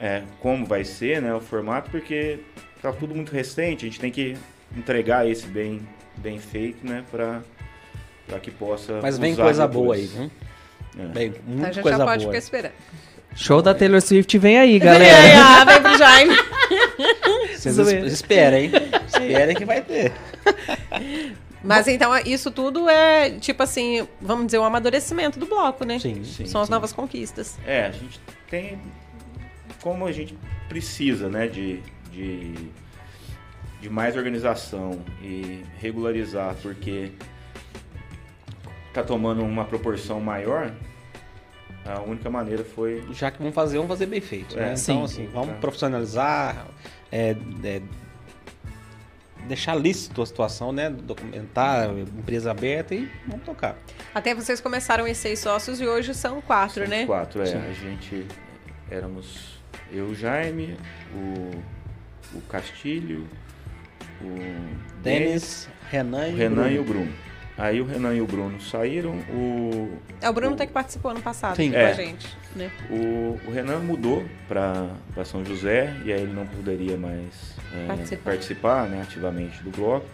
é, como vai ser né, o formato, porque tá tudo muito recente, a gente tem que entregar esse bem, bem feito, né, pra, pra que possa
Mas vem
usar
coisa
depois.
boa aí, viu? Vem
Tá,
Então a
muita
gente
coisa
já pode
boa.
ficar esperando.
Show da Taylor Swift vem aí,
Vem,
galera.
ah, vem pro Jaime.
Vocês
Zoeira.
es- esperem, hein? esperem que vai ter.
Mas então, isso tudo é, tipo assim, vamos dizer, um amadurecimento do bloco, né?
Sim, sim.
São as novas conquistas.
É, a gente tem. Como a gente precisa, né, de, de, de mais organização e regularizar, porque tá tomando uma proporção maior, a única maneira foi
Já que vão fazer, vão fazer bem feito. né?
É,
sim.
Então, assim, vamos
É.
profissionalizar, é, é, deixar lícito a situação, né? Documentar, empresa aberta e vamos tocar.
Até vocês começaram em seis sócios e hoje são quatro,
Somos
né?
Quatro, é.
Sim.
A gente éramos eu, o Jaime, o, o Castilho, o
Denis, Renan
o
e
Renan
Bruno.
e o Bruno. Aí o Renan e o Bruno saíram, o,
É o Bruno até que participou ano passado
Sim.
com
É.
a gente, né?
o, o Renan mudou para São José e aí ele não poderia mais é,
Participar.
participar, né, ativamente do bloco.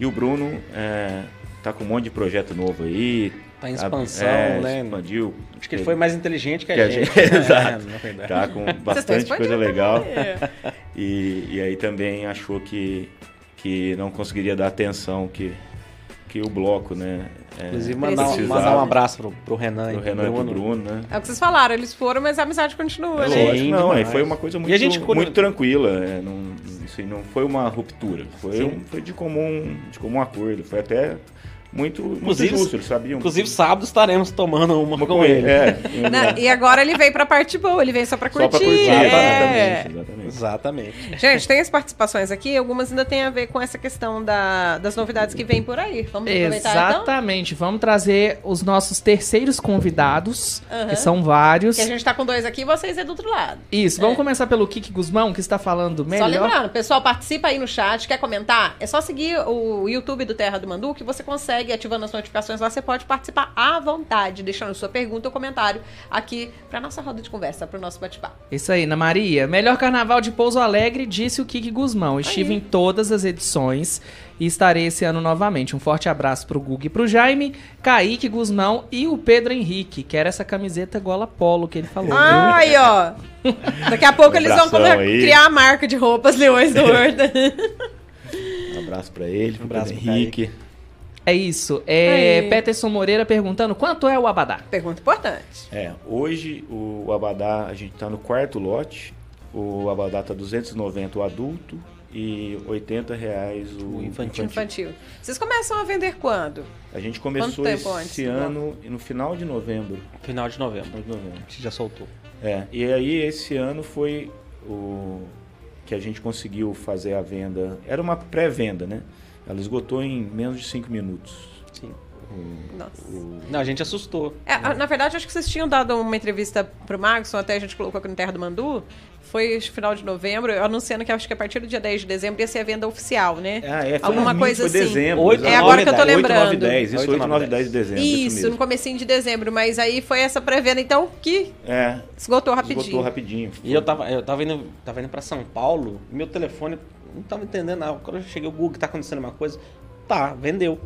E o Bruno é, tá com um monte de projeto novo aí.
Tá em
tá-
expansão,
é,
né?
Expandiu.
Acho que ele foi mais inteligente que a
Que a
gente.
gente-
É,
Exato.
na verdade.
Tá com
Vocês estão
bastante coisa
expandindo
legal.
É.
E, e aí também achou que, que não conseguiria dar atenção que, que o bloco, né? é,
Inclusive, mandar, um-
precisava.
mandar um abraço pro, pro Renan e
Pro
pro
Renan e pro
Bruno.
Bruno, né?
É o que vocês falaram, eles foram, mas a amizade continua,
É
né?
Sim,
lógico, não, aí
demais.
foi uma coisa muito,
E a gente quando-
muito tranquila. é, não, isso aí não foi uma ruptura. Foi,
Sim.
um- foi de, comum, de comum acordo. Foi até muito, muito
Inclusive-
justo, eles sabiam.
Inclusive, sábado estaremos tomando uma,
Uma
com ele.
É,
Na- e agora ele veio pra parte boa, ele veio só pra
só
curtir.
pra curtir.
é.
Exatamente, exatamente.
Exatamente.
Gente, tem as participações aqui, algumas ainda tem a ver com essa questão da- das novidades que vem por aí. Vamos aproveitar então?
Exatamente. Vamos trazer os nossos terceiros convidados,
Aham.
que são vários.
Que a gente tá com dois aqui e vocês é do outro lado.
Isso, vamos começar pelo Kiki Guzmão, que está falando melhor.
Só lembrando, pessoal, participa aí no chat, quer comentar? É só seguir o YouTube do Terra do Mandu, que você consegue, ativando as notificações lá, você pode participar à vontade, deixando sua pergunta ou comentário aqui pra nossa roda de conversa, pro nosso bate-papo.
Isso aí, Ana Maria. Melhor carnaval de Pouso Alegre, disse o Kiki Guzmão. Estive em todas as edições e estarei esse ano novamente. Um forte abraço pro Guga e pro Jaime, Kaique Guzmão e o Pedro Henrique. Quero essa camiseta gola polo que ele falou. viu?
Ai, ó! Daqui a pouco
Um
eles vão
abração
come-
aí.
criar a marca de roupas Leões do Horto.
Um abraço pra ele, um
abraço
abraço
pro
Henrique.
É isso. É,
Aí.
Peterson Moreira perguntando quanto é o Abadá.
Pergunta importante.
É, hoje o Abadá, a gente tá no quarto lote. O Abadá tá 290 o adulto e 80 reais o,
O infantil.
Infantil. Vocês começam a vender quando?
A gente começou
Quanto tempo antes
esse
do
ano no final de novembro.
Final de novembro.
Final de novembro.
A gente já soltou.
É, e aí esse ano foi o que a gente conseguiu fazer a venda. Era uma pré-venda, né? Ela esgotou em menos de 5 minutos.
Sim.
Nossa.
Não, a gente assustou.
É,
Né?
a- na verdade, acho que vocês tinham dado uma entrevista pro Magson, até a gente colocou aqui no Terra do Mandu. Foi no final de novembro, anunciando que acho que a partir do dia 10 de dezembro ia ser a venda oficial, né?
Ah, é,
Alguma
em
coisa assim.
dezembro.
Oito,
exato.
É agora que eu tô
8, 9,
lembrando.
10. Isso,
8,
8, 9,
10
10 de dezembro.
isso,
mesmo.
no comecinho de dezembro, mas aí foi essa pré-venda, então, que
É,
esgotou rapidinho.
esgotou rapidinho.
E eu tava, eu tava indo, tava indo pra São Paulo, meu telefone não tava entendendo nada. Quando eu cheguei, o Google tá acontecendo uma coisa. Tá, vendeu.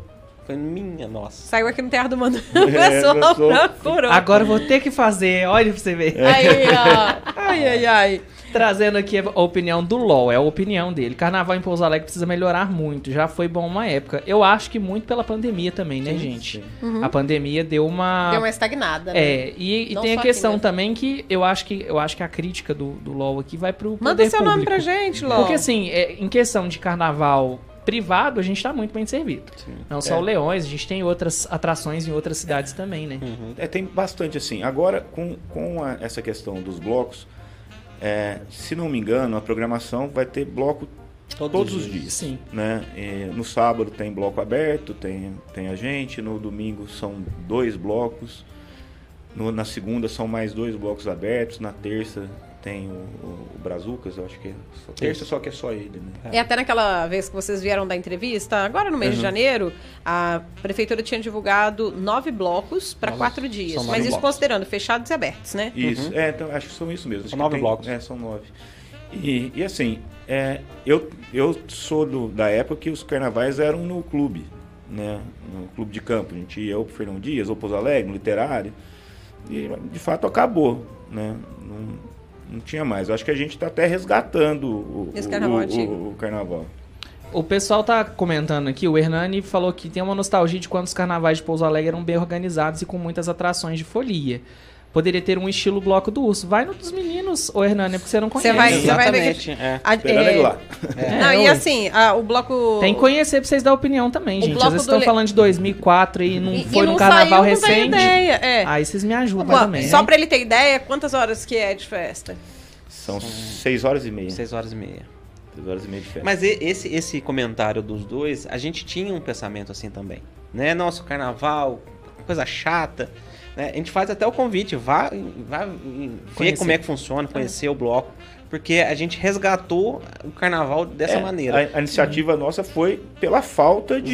Foi minha, nossa.
Saiu aqui no Terra do Mandu. O
É,
pessoal
pessoal.
procurou.
Agora eu vou ter que fazer, olha pra você ver.
Aí, ó. Ai, ai, ai.
Trazendo aqui a opinião do LOL, é a opinião dele. Carnaval em Pouso Alegre precisa melhorar muito, já foi bom uma época. Eu acho que muito pela pandemia também, né,
Sim,
gente?
sim.
A pandemia deu uma.
Uhum. Deu uma estagnada, né?
Ah. É, e, e
Não
tem
só
a
aqui,
questão
né?
também que eu acho que eu acho que a crítica do, do LOL aqui vai pro.
Manda
poder
seu nome
público.
pra gente, Ló.
Porque assim, é, em questão de carnaval privado, a gente tá muito bem servido. Não só
É.
o Leões, a gente tem outras atrações em outras cidades também, né?
Uhum.
É, tem bastante assim. Agora, com, com a- essa questão dos blocos, é, se não me engano, a programação vai ter bloco
Todos,
todos os dias.
Sim.
né? É, no sábado tem bloco aberto, tem, tem a gente, no domingo são dois blocos, no- na segunda são mais dois blocos abertos, na terça tem o, o, o Brazucas, eu acho que é. Só, terça só que é só ele, né?
É até naquela vez que vocês vieram da entrevista, agora no mês de janeiro, a prefeitura tinha divulgado nove blocos para
Nove-
quatro
são
dias.
nove
Mas isso
blocos.
considerando fechados e abertos, né?
Isso, é, então, acho que são isso mesmo.
São
Acho que
nove
tem-
blocos.
É, são nove. E, e assim, é, eu, eu sou do- da época que os carnavais eram no clube, né? No clube de campo. A gente ia ou pro Fernão Dias, ou pro Pouso Alegre, no Literário. E de fato acabou, né? Não, não tinha mais. Eu acho que a gente tá até resgatando o,
Esse
o-
carnaval
o-
antigo.
o- o carnaval.
O pessoal tá comentando aqui, o Hernani falou que tem uma nostalgia de quando os carnavais de Pouso Alegre eram bem organizados e com muitas atrações de folia. Poderia ter um estilo bloco do urso. Vai no dos meninos, ô Hernani, é porque você não conhece.
Você vai- você vai ver
Exatamente.
que-
é.
A-
Esperando
é,
ele lá.
Não,
É,
e
ué.
assim, a- o bloco.
Tem que conhecer pra vocês dar opinião também,
O
gente.
bloco
Às vezes
do
estão
Le-
falando de 2004 e não
E- e
foi
não
num carnaval
saiu, não tem
recente.
ideia, é.
Aí vocês me ajudam
Bom,
mais ou menos. né?
Só pra ele ter ideia, quantas horas que é de festa?
São seis horas e meia. Seis
Seis horas e meia.
horas e meia de festa.
Mas e- esse, esse comentário dos dois, a gente tinha um pensamento assim também. Né? Nossa, o carnaval, coisa chata. né? A gente faz até o convite, vá, em- vá em- ver
Conhecer.
como é que funciona, conhecer o bloco. Porque a gente resgatou o carnaval dessa
É,
maneira.
A, a iniciativa nossa foi pela falta de,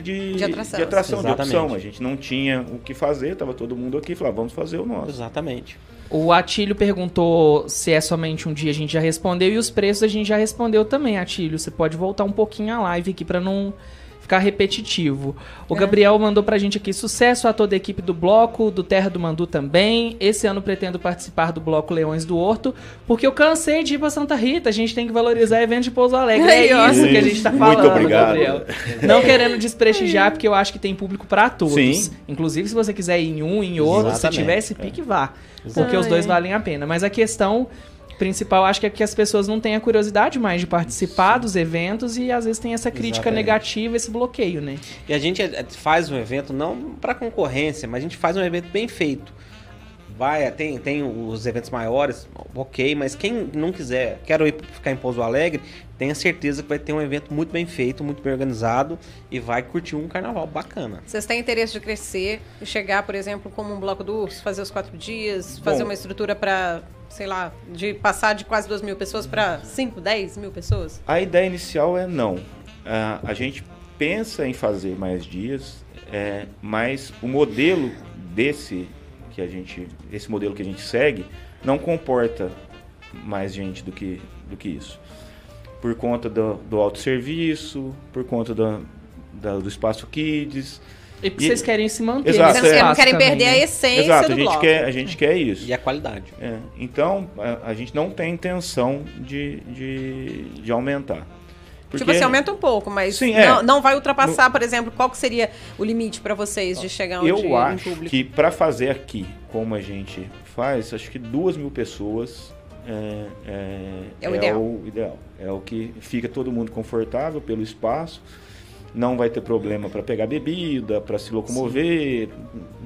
de, de,
De atração.
de atração, de
Exatamente.
opção. A gente não tinha o que fazer, tava todo mundo aqui, falava, vamos fazer o nosso.
Exatamente.
O Atílio perguntou se é somente um dia, a gente já respondeu. E os preços a gente já respondeu também, Atílio. Você pode voltar um pouquinho a live aqui pra não ficar repetitivo.
É.
O Gabriel mandou pra gente aqui sucesso a toda a equipe do bloco, do Terra do Mandu também. Esse ano pretendo participar do bloco Leões do Horto, porque eu cansei de ir pra Santa Rita. A gente tem que valorizar eventos de Pouso Alegre.
Aí, ó.
É isso que a gente tá
Muito
falando,
obrigado.
Gabriel. Não querendo
É.
desprestigiar, porque eu acho que tem público pra todos.
Sim.
Inclusive, se você quiser ir em um, em outro,
Exatamente.
se tiver esse pique, vá. Porque
Ah,
os dois
é.
valem a pena. Mas a questão principal, acho que é que as pessoas não têm a curiosidade mais de participar dos eventos e às vezes tem essa crítica
Exatamente.
negativa, esse bloqueio, né?
E a gente eh, faz um evento não para concorrência, mas a gente faz um evento bem feito. Vai, eh, tem, tem os eventos maiores, ok, mas quem não quiser, quero ir ficar em Pouso Alegre, tenha certeza que vai ter um evento muito bem feito, muito bem organizado e vai curtir um carnaval bacana.
Vocês têm interesse de crescer e chegar, por exemplo, como um bloco do urso, fazer os quatro dias, fazer
Bom.
uma estrutura pra, sei lá, de passar de quase 2 mil pessoas pra 5, 10 mil pessoas?
A ideia inicial é não. Ah, a gente pensa em fazer mais dias, é, mas o modelo desse que a gente, esse modelo que a gente segue, não comporta mais gente do que, do que isso. Por conta do, do autosserviço, por conta da- da- do espaço Kids.
E porque
E-
vocês querem se manter.
Exato,
nesse
Vocês não querem- não
espaço
querem
também,
perder a
né?
essência
Tá Exato,
do
a gente,
bloco.
quer, a gente quer isso.
E a qualidade.
É, então, a, a gente não tem intenção de, de, de aumentar.
Tipo assim, aumenta um pouco, mas
Sim, é.
não, não vai ultrapassar, por exemplo, qual que seria o limite pra vocês de chegar onde é?
Eu acho
em público?
que para fazer aqui, como a gente faz, acho que duas mil pessoas é, é,
É o ideal.
o ideal. É o que fica todo mundo confortável pelo espaço. Não vai ter problema para pegar bebida, para se locomover.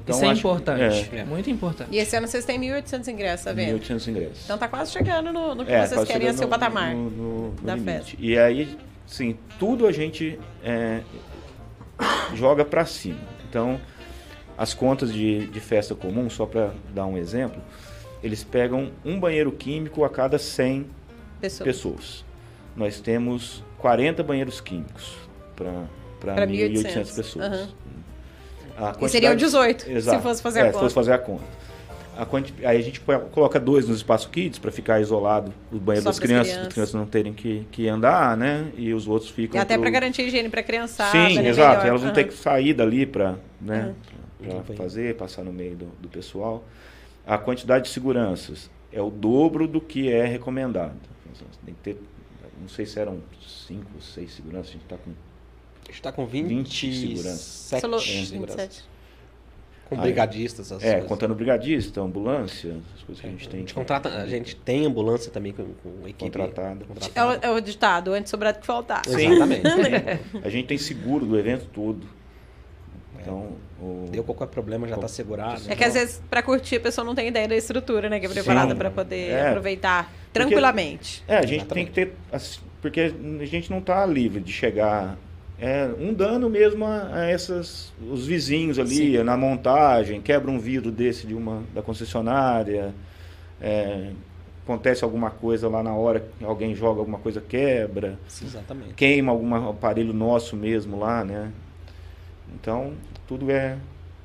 Então,
Isso é
acho-
importante.
é.
Muito importante.
E esse ano vocês têm 1.800 ingressos, tá vendo?
1.800 ingressos.
Então tá quase chegando no, no que
É,
vocês
quase
querem a
chegando
seu
no-
patamar.
no- no- no
da
limite.
festa.
E aí, sim, tudo a gente é, joga pra cima. Então, as contas de, de festa comum, só pra dar um exemplo, eles pegam um banheiro químico a cada 100
Pessoa.
pessoas. Nós temos 40 banheiros químicos para
Pra
1.800
1.800,
pessoas.
aham.
A
E um seriam
quantidade-
18,
Exato.
se fosse fazer
É,
a
se
conta.
fosse fazer a conta. A quanti- Aí a gente põe- coloca dois no espaço kids para ficar isolado do banheiro
Só
das
pras
crianças,
crianças.
para as crianças não terem que, que andar, né? E os outros
E
ficam.
até
pro-
pra garantir a higiene pra criançada.
Sim,
né,
exato.
melhor.
Elas não
Aham.
têm que sair dali para né, pra- pra
Tudo bem.
fazer, passar no meio do, do pessoal. A quantidade de seguranças é o dobro do que é recomendado. Tem que ter, não sei se eram cinco ou seis seguranças, a gente está com
A gente tá com
20
27
segurança.
Solo-
seguranças.
27.
Com
Aí.
brigadistas. essas
Ah, É,
coisas.
contando brigadista, ambulância, as coisas que né? a
A
gente tem
gente contrata, a gente tem ambulância também com, com equipe
Contratada.
É o,
contratada.
é o ditado, antes sobrado que faltar.
Exatamente.
A gente tem seguro do evento todo. Então, o...
Deu qualquer problema, já tá segurado.
É que às vezes, pra curtir, a pessoa não tem ideia da estrutura, né? Que é preparada
Sim.
pra poder
É.
aproveitar tranquilamente.
é, a gente
Exatamente.
tem que ter. assim, Porque a gente não está livre de chegar. É um dano mesmo a, a essas os vizinhos ali na montagem quebra um vidro desse de uma da concessionária é, acontece alguma coisa lá na hora alguém joga alguma coisa quebra
Exatamente.
queima algum aparelho nosso mesmo lá né então tudo é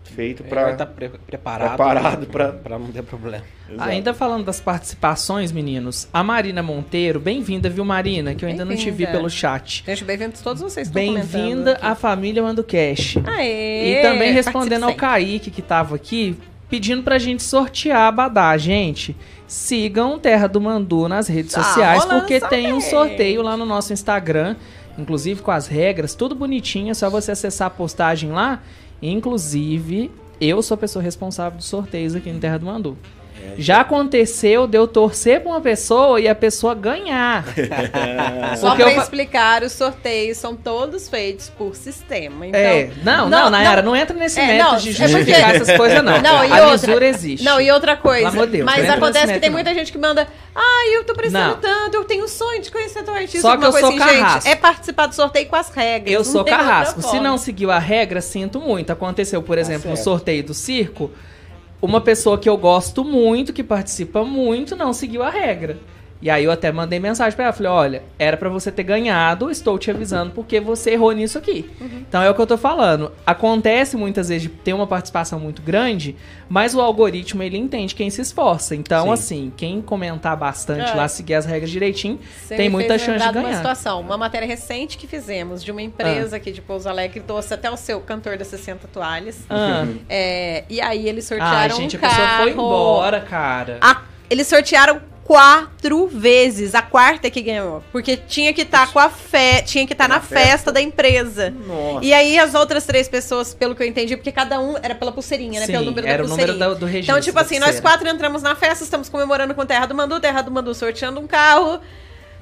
feito para
tá
estar tá preparado,
preparado pra-
para não ter problema.
Ainda falando das participações, meninos, a Marina Monteiro, bem-vinda, viu, Marina? Que eu ainda não te vi
Bem-vinda.
pelo chat.
Gente, bem-vindos todos vocês que estão comentando.
Bem-vinda à família Mando Cash.
Aê,
E também respondendo ao
É, participe
Kaique, que tava aqui, pedindo pra gente sortear a Badá. Gente, sigam Terra do Mandu nas redes
Tá
sociais,
rolando
porque tem um
sorteio.
sorteio lá no nosso Instagram, inclusive com as regras, tudo bonitinho, é só você acessar a postagem lá. Inclusive, Eu sou a pessoa responsável dos sorteios aqui no Terra do Mandu. Já aconteceu de eu torcer pra uma pessoa e a pessoa ganhar.
Só
Porque
pra
eu fa-
explicar, os sorteios são todos feitos por sistema. Então,
é, não, não,
não,
Nayara, não, entra nesse
É,
método
não,
de
é porque-
justificar essas coisas, não.
Não, e
a
outra-
lisura existe.
Não, e outra coisa.
Pelo amor de Deus, né? não
mas
entra nesse
acontece que tem
método,
muita gente que manda. Ai, eu tô precisando
Não.
tanto, eu tenho um sonho de conhecer teu artista.
Só que
alguma
eu
coisa
sou
assim,
carrasco.
gente. É participar do sorteio com as regras.
Eu
não
sou
tem outra
carrasco. Se
forma. Tá
não seguiu a regra, sinto muito. Aconteceu, por exemplo, no
certo.
sorteio do circo, uma pessoa que eu gosto muito, que participa muito, não seguiu a regra. E aí eu até mandei mensagem pra ela, falei, olha, era pra você ter ganhado, estou te avisando porque você errou nisso aqui.
Uhum.
Então é o que eu tô falando. Acontece muitas vezes de ter uma participação muito grande, mas o algoritmo ele entende quem se esforça. Então
Sim.
assim, quem comentar bastante
É.
lá, seguir as regras direitinho,
Você
Tem
me
muita
fez
chance de
lembrar uma
ganhar. Ah.
situação, uma matéria recente que fizemos de uma empresa aqui de Pouso Alegre, que trouxe até o seu cantor das 60 toalhas.
ah,
É, e aí eles sortearam
ai, gente,
Uhum. um
a
carro.
pessoa foi embora, cara.
A- eles sortearam quatro vezes. A quarta é que ganhou. Porque tinha que estar com a fé. Tinha que estar na,
Na
festa.
festa.
da empresa.
Nossa.
E aí as outras três pessoas, pelo que eu entendi, porque cada um era pela pulseirinha, né? pelo número
era
da
o
pulseirinha.
número da- do registro.
Então, tipo
da
assim, nós
pulseira.
quatro entramos na festa, estamos comemorando com Terra do Mandu, Terra do Mandu sorteando um carro.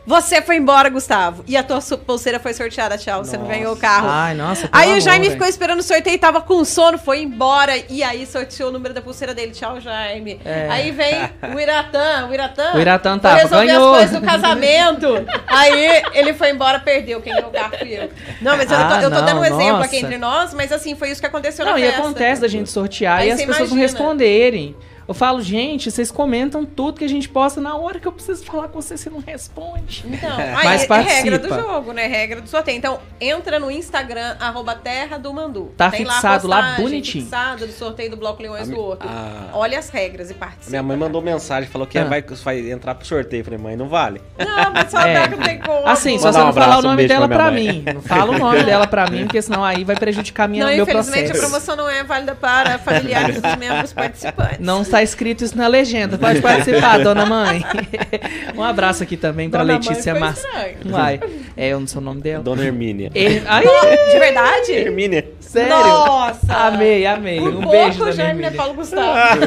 Você foi embora, Gustavo. E a tua su- pulseira foi sorteada, tchau. Você não
Nossa.
ganhou o carro.
Ai, nossa, Ah, pelo
Aí o
amor,
Jaime
velho.
ficou esperando o sorteio, tava com sono, foi embora. E aí sorteou o número da pulseira dele. Tchau, Jaime. Aí vem o Iratã. O Iratã,
É. O Iratã
foi
tava,
resolver
ganhou.
as coisas do casamento. aí ele foi embora, perdeu. Quem ganhou o carro fui eu. Não, mas eu
Ah,
tô, eu tô
não,
dando um exemplo
nossa.
aqui entre nós, mas assim, foi isso que aconteceu
Não,
na
e
festa.
acontece da gente sortear
Aí
e as
você
pessoas não
imagina.
responderem. Eu falo, gente, vocês comentam tudo que a gente posta na hora que eu preciso falar com vocês, você não responde.
Então,
Mas
aí é
participa.
regra do jogo, né? Regra do sorteio. Então, entra no Instagram, arroba terra do Mandu.
Tá
Tem
fixado
lá, a
lá,
postagem
bonitinho.
fixado do sorteio do Bloco Leões
A
do
mi-
outro.
a-
Olha as regras e participa.
Minha mãe mandou mensagem, falou que
Ah.
vai, vai entrar pro sorteio. Falei, mãe, não vale.
Não, mas só
É.
dá que não tem como.
Assim, só
Mandar
você
um
não falar
abraço,
o
um
nome
beijo
dela
pra
pra
minha
mim. Não fala o nome dela pra mim, porque senão aí vai prejudicar minha,
Não,
meu
infelizmente
processo.
a promoção não é válida para familiares dos membros participantes.
Não está escrito isso na legenda. Pode participar, dona mãe. um abraço aqui também pra
Dona mãe
Letícia
foi
Massa.
estranho.
Uai. É, eu não sei o nome dela.
Dona Hermínia.
Er- Ai,
De verdade?
Hermínia.
sério?
Nossa!
Amei, amei.
Por
um
pouco
beijo
o
da minha
Jaime não é
Emília.
Paulo Gustavo.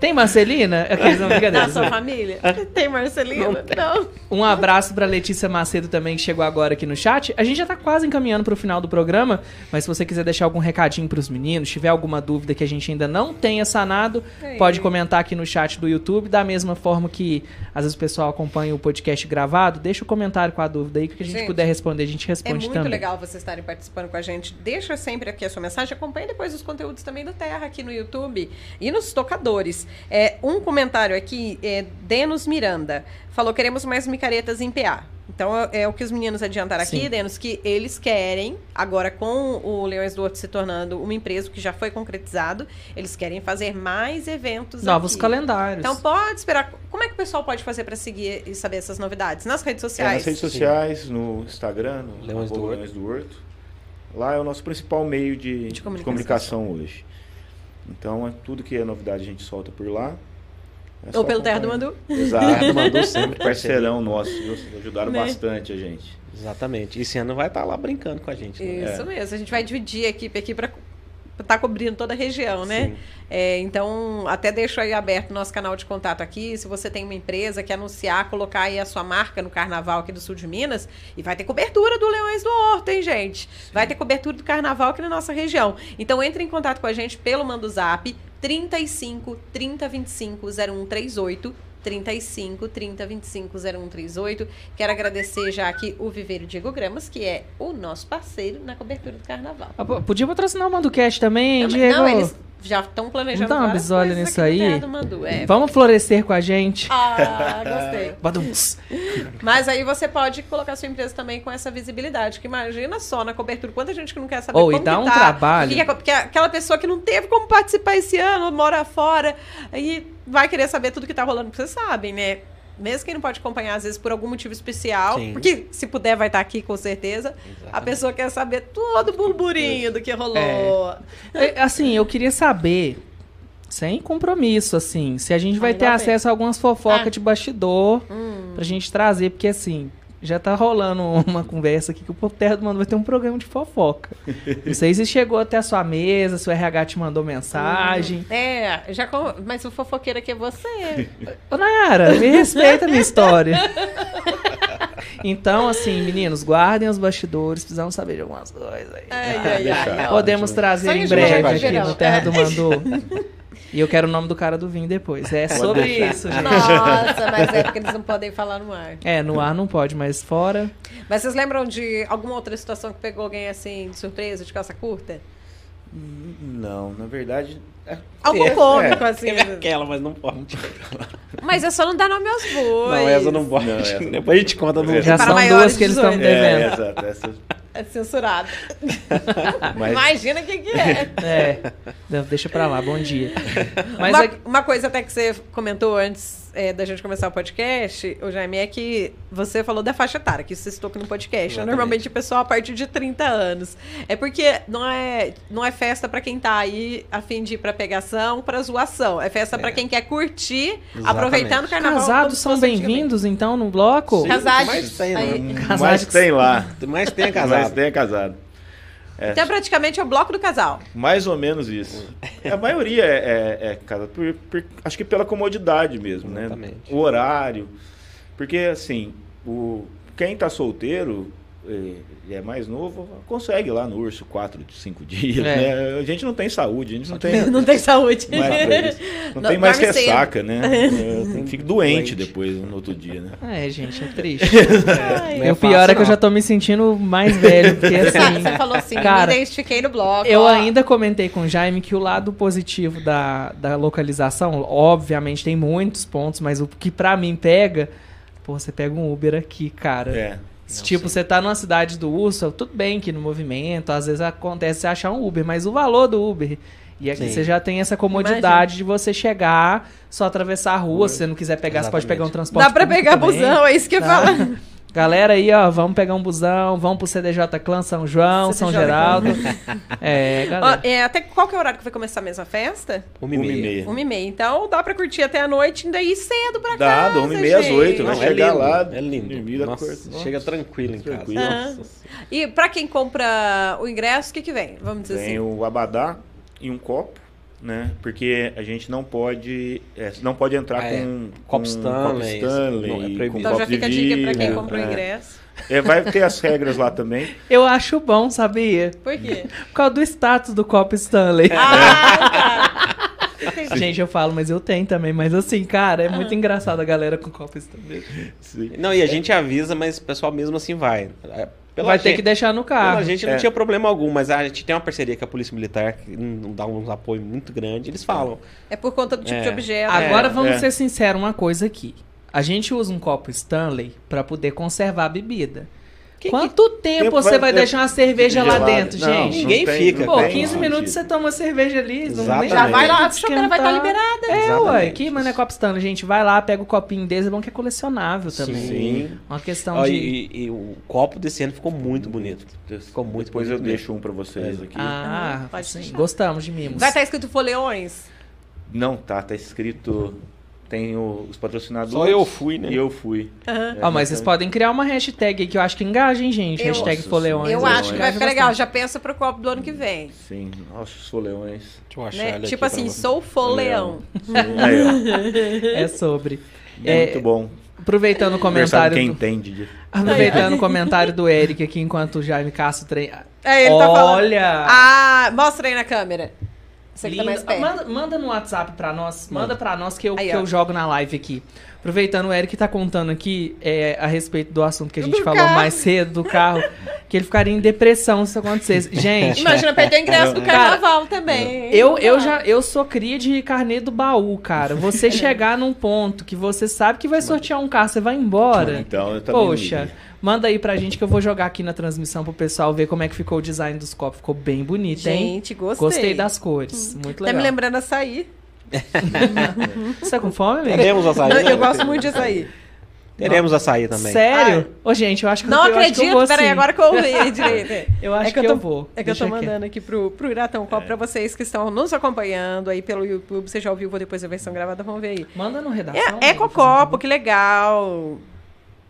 Tem Marcelina? É Aqueles não,
Na
brincadeira.
sua família? Tem Marcelino? Não.
Um abraço pra Letícia Macedo também, que chegou agora aqui no chat. A gente já tá quase encaminhando pro final do programa, mas se você quiser deixar algum recadinho pros meninos, tiver alguma dúvida que a gente ainda não tenha sanado,
Ei.
pode comentar aqui no chat do YouTube. Da mesma forma que às vezes o pessoal acompanha o podcast gravado, deixa o comentário com a dúvida aí, que o que a gente,
Gente,
puder responder, a gente
É
responde
muito
também.
legal vocês estarem participando com a gente. Deixa sempre aqui a sua mensagem. Acompanhe depois os conteúdos também do Terra aqui no YouTube e nos tocadores. É, um comentário aqui, é, Denos Miranda, falou: queremos mais micaretas em PA. Então é, é o que os meninos adiantaram aqui,
Sim.
Denos, que eles querem, agora com o Leões do Horto se tornando uma empresa que já foi concretizado, eles querem fazer mais eventos
Novos
aqui.
calendários.
Então pode esperar. Como é que o pessoal pode fazer para seguir e saber essas novidades? Nas redes
É,
sociais.
nas redes sociais, no Instagram, no
Leões do
arroba
Horto.
Leões do Horto. Lá é o nosso principal meio de,
De
de
comunicação.
comunicação. hoje. Então, é tudo que é novidade a gente solta por lá. É
Ou
só
pelo Terra do
acompanhar.
Mandu?
Exato, mandou sempre parceirão nosso, viu? Vocês ajudaram
Né?
bastante a gente.
Exatamente. Esse ano vai estar lá brincando com a gente. né?
Isso mesmo. A gente vai dividir a equipe aqui para tá cobrindo toda a região, né?
Sim.
É, então, até deixo aí aberto o nosso canal de contato aqui. Se você tem uma empresa que anunciar, colocar aí a sua marca no carnaval aqui do sul de Minas, e vai ter cobertura do Leões do Horto, hein, gente? Vai ter cobertura do carnaval aqui na nossa região. Então, entre em contato com a gente pelo Mando Zap 35 30 25 0138. 35 30 25 0138. Quero agradecer já aqui o Viveiro Diego Gramas, que é o nosso parceiro na cobertura do carnaval.
Ah, pô, Podia patrocinar o Manducast também,
Não,
hein,
mas-
Diego.
Não, eles já estão planejando
Então,
várias
mas olha
coisas
nisso
aqui no
aí.
Terra do Mandu, é.
Vamos florescer com a gente.
Ah, tá gostei.
Badums.
Mas aí você pode colocar sua empresa também com essa visibilidade, que imagina só na cobertura, quanta gente que não quer saber
Ou,
como
e dá
que
um
tá,
trabalho.
o que que é- porque aquela pessoa que não teve como participar esse ano, mora fora, aí vai querer saber tudo que tá rolando, porque vocês sabem, né? Mesmo quem não pode acompanhar, às vezes, por algum motivo especial,
Sim.
porque se puder vai estar aqui com certeza, a
Exatamente.
pessoa quer saber todo o burburinho do que rolou.
É. É, Assim, eu queria saber, sem compromisso, assim, se a gente vai
Ah, Ainda
ter
bem.
acesso a algumas fofocas
Ah.
de bastidor
Hum.
pra gente trazer, porque assim, Já tá rolando uma conversa aqui que o Porto Terra do Mano vai ter um programa de fofoca. Não sei se chegou até a sua mesa, se o RH te mandou mensagem.
É, já com- mas o fofoqueiro aqui é você.
Ô, Nayara, me respeita a minha história. Então, assim, meninos, guardem os bastidores, precisamos saber de algumas coisas aí.
Ai, ai, ai.
Ah, Deixa.
Podemos
ótimo.
trazer
Só
em
em
breve
geral,
aqui
geral.
no Terra
É.
do Mandu. E eu quero o nome do cara do vinho depois. É sobre
deixar.
isso, gente.
Nossa, mas é porque eles não podem falar no ar.
É, no ar não pode, mas fora.
Mas vocês lembram de alguma outra situação que pegou alguém assim, de surpresa, de calça curta?
Não, na verdade. é-
Algo
é,
cômico,
é.
assim.
Teve aquela, mas não pode.
Mas é só não dar nome aos bois.
Não, essa não pode.
Não, essa não
Depois a gente conta no.
Já
Para
são
maiores
duas que
de
eles estão
18.
É,
devendo.
exato. Essa,
É censurado.
mas
Imagina o que, que é.
É. Não, deixa pra lá, bom dia. Mas
uma,
é-
uma coisa até que você comentou antes é, da gente começar o podcast, o Jaime, é que você falou da faixa etária, que você citou aqui no podcast.
Exatamente.
Normalmente o pessoal a partir de 30 anos. É porque não é, não é festa pra quem tá aí a fim de ir pra pegação, pra zoação. É festa pra quem quer curtir,
Exatamente.
aproveitando o carnaval. como
casados
se
são
fosse antigamente.
bem-vindos, então, no bloco?
Sim.
Casados.
Mas tem,
aí-
mas
Casados.
tem lá.
Mas tenha
Mas
casado.
né? tem casado.
Então praticamente é o bloco do casal.
Mais ou menos isso. A maioria é, é, é casado por, por- acho que pela comodidade mesmo, né?
Exatamente.
O horário. Porque, assim, o, quem tá solteiro eh, e é, mais novo, consegue lá no urso 4, 5 dias,
É.
né? A gente não tem saúde, a gente não tem
Não tem saúde.
mais pra isso. Não,
Não,
tem mais
dorme cedo.
ressaca, né? É, Fica doente
Doente.
depois, no outro dia, né?
É, gente, é triste.
Ai. é
Não é
o pior é
fácil,
que eu já
não.
tô me sentindo mais velho, porque
Você,
assim.
você falou assim,
Cara,
me identifiquei no bloco.
Eu
ó.
ainda comentei com o Jaime que o lado positivo da, da localização, obviamente, tem muitos pontos, mas o que pra mim pega. Pô, você pega um Uber aqui, cara.
É.
Se, tipo, você tá numa cidade do urso, tudo bem que no movimento, às vezes acontece você achar um Uber, mas o valor do Uber. E aqui
Sim.
você já tem essa comodidade de você chegar, só atravessar a rua. Se você não quiser pegar, você pode
Exatamente.
pegar um transporte.
Dá pra
público
pegar
também.
busão, é isso que eu
Dá.
falo.
Galera aí, ó, vamos pegar um busão, vamos pro CDJ Clã, São João, São
CDJ
Geraldo. é, galera.
Ó, é, até qual que é o horário que vai começar mesmo a festa?
Uma
Uma e
e
meia.
meia.
Uma e meia. Então dá pra curtir até a noite, ainda ir cedo pra
Dá,
casa,
uma e meia às
gente.
oito, né?
Não, é
Chegar
lindo.
lá,
é
dormir,
lindo. Nossa,
acordar.
chega tranquilo em casa.
Tranquilo.
Ah.
Nossa Senhora.
E pra quem compra o ingresso, o que que vem? Vamos dizer
Tem
assim.
o abadá e um copo, né? Porque a gente não pode, é, não pode entrar
Ah, é.
com com
Copo Stanley,
copo Stanley,
não, é proibido.
com
Então
copo
já
de
fica a dica pra quem
vidro,
comprou o
né?
ingresso.
É, vai ter as regras lá também.
Eu acho bom, sabia?
Por quê?
Por causa do status do copo Stanley.
É.
Ah, tá. Entendi.
Gente, eu falo, mas eu tenho também. Mas assim, cara,
Ah.
é muito engraçado a galera com copo Stanley.
Sim.
Não, e a gente avisa, mas o pessoal mesmo assim vai. É, Pela
Vai ter
gente,
que deixar no
pela
carro.
gente não
É.
tinha problema algum, mas a gente tem uma parceria com a Polícia Militar, que não dá um apoio muito grande. Eles falam.
É por conta do tipo
É.
de objeto.
Agora vamos
é.
ser sinceros uma coisa aqui. A gente usa um copo Stanley pra poder conservar a bebida. Quanto tempo,
tempo
você
vai
vai
ter-
deixar uma cerveja lá
Gelado.
dentro,
Não,
gente?
não
Ninguém
tem-
fica,
não
Pô,
tem
15
sentido.
minutos
tá
você toma cerveja ali. não
Exatamente.
nem-
Já vai lá,
tem
a
que
chopeira vai estar
esquentar.
liberada.
É, ué.
Exatamente.
Quem manda copo Stanley, gente, vai lá, pega o copinho deles, é bom que é colecionável também.
Sim.
Uma questão
Ó,
de...
e, e- e o copo desse ano ficou muito bonito. Ficou muito
Depois eu
bonito. mesmo.
deixo um pra vocês aqui.
Ah,
É, Pode
sim,
deixar.
gostamos de mimos.
Vai estar escrito Foleões.
Não, tá, tá escrito. Tem o- os patrocinadores.
Só eu fui, né?
E eu fui. É, então,
Aham.
Ó, Ah, mas vocês podem criar uma hashtag aí que eu acho que engaja, hein, gente?
É, Eu-
hashtag
Nossa
Foleões. é
Eu
Foleões.
acho que vai ficar legal. Já pensa pro copo do ano que vem.
Sim, nossa, sou leões.
Deixa eu achar
né?
ele
Tipo
aqui pra
assim,
você.
sou foleão.
Sim, aí, ó.
É sobre. É,
Muito bom.
Aproveitando o
Conversar
comentário
com quem
do,
entende. disso.
aproveitando o comentário do Eric aqui enquanto o Jaime Castro treina.
É, ele tá falando.
Olha!
Ah, mostra aí na câmera. Você que tá
Lindo.
mais perto.
Manda, manda no WhatsApp pra nós. Manda pra nós que eu,
Aí,
que
ó.
eu jogo na live aqui. Aproveitando, o Eric tá contando aqui é, a respeito do assunto que a gente
Do
falou
carro.
mais cedo, do carro, que ele ficaria em depressão se isso acontecesse. Gente,
Imagina perder o ingresso do carnaval também.
Eu, eu já eu sou cria de carnê do baú, cara. Você chegar num ponto que você sabe que vai sortear um carro, você vai embora.
Então, eu também não
Poxa,
iria.
manda aí pra gente que eu vou jogar aqui na transmissão pro pessoal ver como é que ficou o design dos copos. Ficou bem bonito, hein?
Gente, gostei.
Gostei das cores. Muito
Tá me
legal.
lembrando açaí.
Você tá com fome, amigo?
Teremos açaí.
Não, eu
né?
gosto muito de açaí.
Teremos açaí também.
Sério? Ô, gente, eu acho que
Não
eu, acho que eu
acredito,
vou,
peraí,
sim.
agora que eu ouvi direito.
Eu acho
É
que, eu,
tô,
vou.
É que
Deixa
eu tô
quieto.
mandando aqui pro, pro Iratão um copo pra vocês que estão nos acompanhando aí pelo YouTube. Você já É,
Tá, um
ouviu, vou depois a versão gravada, vamos ver aí.
Manda no redação.
É, é
amigo,
cocopo, que legal.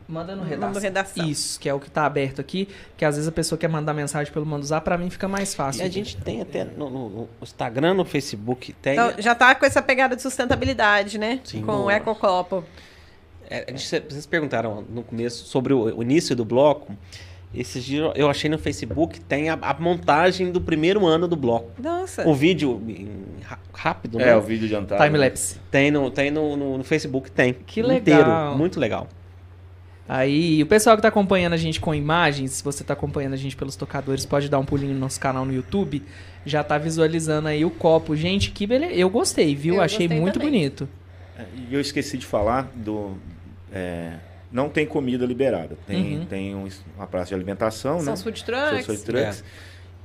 Manda no
Manda
redação.
no redação.
Isso, que é o que tá aberto aqui, que às vezes a pessoa quer mandar mensagem pelo Manduzar, pra mim fica mais
E
fácil.
a gente tem até no, no- no Instagram, no Facebook, tem.
Então, já tá com essa pegada de sustentabilidade, né?
É. Sim.
com o
Boa.
ecocopo.
É, a gente- vocês perguntaram no começo sobre o, o início do bloco. Esses dias eu achei no Facebook, tem a, a montagem do primeiro ano do bloco.
Nossa.
O vídeo em ra- rápido,
É,
né?
o vídeo adiantado.
Timelapse.
Tem, no, tem no, no, no Facebook, tem.
Que legal.
Inteiro, muito legal.
Aí, o pessoal que tá acompanhando a gente com imagens, se você tá acompanhando a gente pelos tocadores, pode dar um pulinho no nosso canal no YouTube. Já tá visualizando aí o copo. Gente, que beleza. Eu gostei, viu?
Eu
Achei
gostei
muito
também.
bonito.
É, E eu esqueci de falar do. é, não tem comida liberada. Tem,
Uhum.
tem um- uma praça de alimentação,
São
né?
food
Seus
trucks,
food trucks.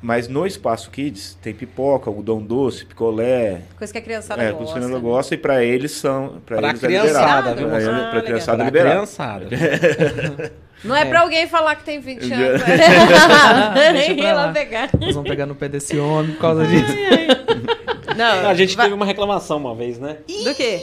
Mas no espaço Kids tem pipoca, algodão doce, picolé.
coisa que a criançada
É,
Tá gosta. né?
o não gosta e pra eles são. Pra,
Pra
eles
criançada,
é
viu,
liberado. Pra,
moçada?
ele-
Ah,
pra
legal.
criançada
Pra
liberado.
criançada.
Não é,
É.
pra alguém falar que tem 20
Já-
anos.
Deixa
Nem ir
pra
lá
lá.
pegar.
Nós vamos pegar no pé desse homem por
Ah,
causa disso.
é Não,
A gente
vai-
teve uma reclamação uma vez, né?
Do quê?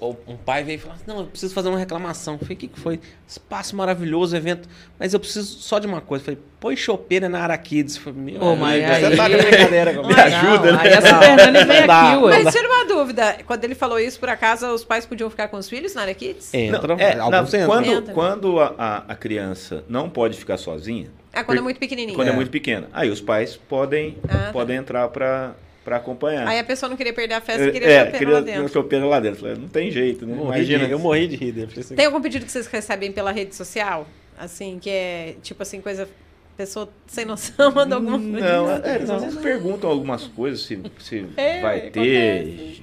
O- Um pai veio e falou: assim, Não, eu preciso fazer uma reclamação. Eu falei: O que, que foi? Espaço maravilhoso, evento. Mas eu preciso só de uma coisa. Eu falei: Põe chopeira na área Kids. Eu falei, Meu
Ô, mas
amigo,
aí-
você tá de brincadeira comigo.
Me ajuda,
não, Aí
né?
essa
Não,
Fernanda vem
não dá.
aqui, ué.
Mas tira uma dúvida. Quando ele falou isso, por acaso, os pais podiam ficar com os filhos na área kids?
Não,
Entra,
é, na-
alguns entram.
quando
Entra.
quando a, a- a criança não pode ficar sozinha,
Ah, quando é muito
quando
pequenininho.
é.
É.
muito pequena, aí os pais podem,
Ah, tá.
podem entrar pra, pra acompanhar.
Aí a pessoa não queria perder a festa, queria
é,
é,
queria
lá dentro.
uma chopeira lá dentro. Falei, Não tem jeito, né?
Eu morri de
Imagina.
rir, eu morri de rir. Eu falei assim,
Tem algum pedido que vocês recebem pela rede social? Assim, que é tipo assim, coisa. Pessoa sem noção manda alguma coisa.
Não, é, eles às vezes perguntam algumas coisas, se, se
É,
vai ter.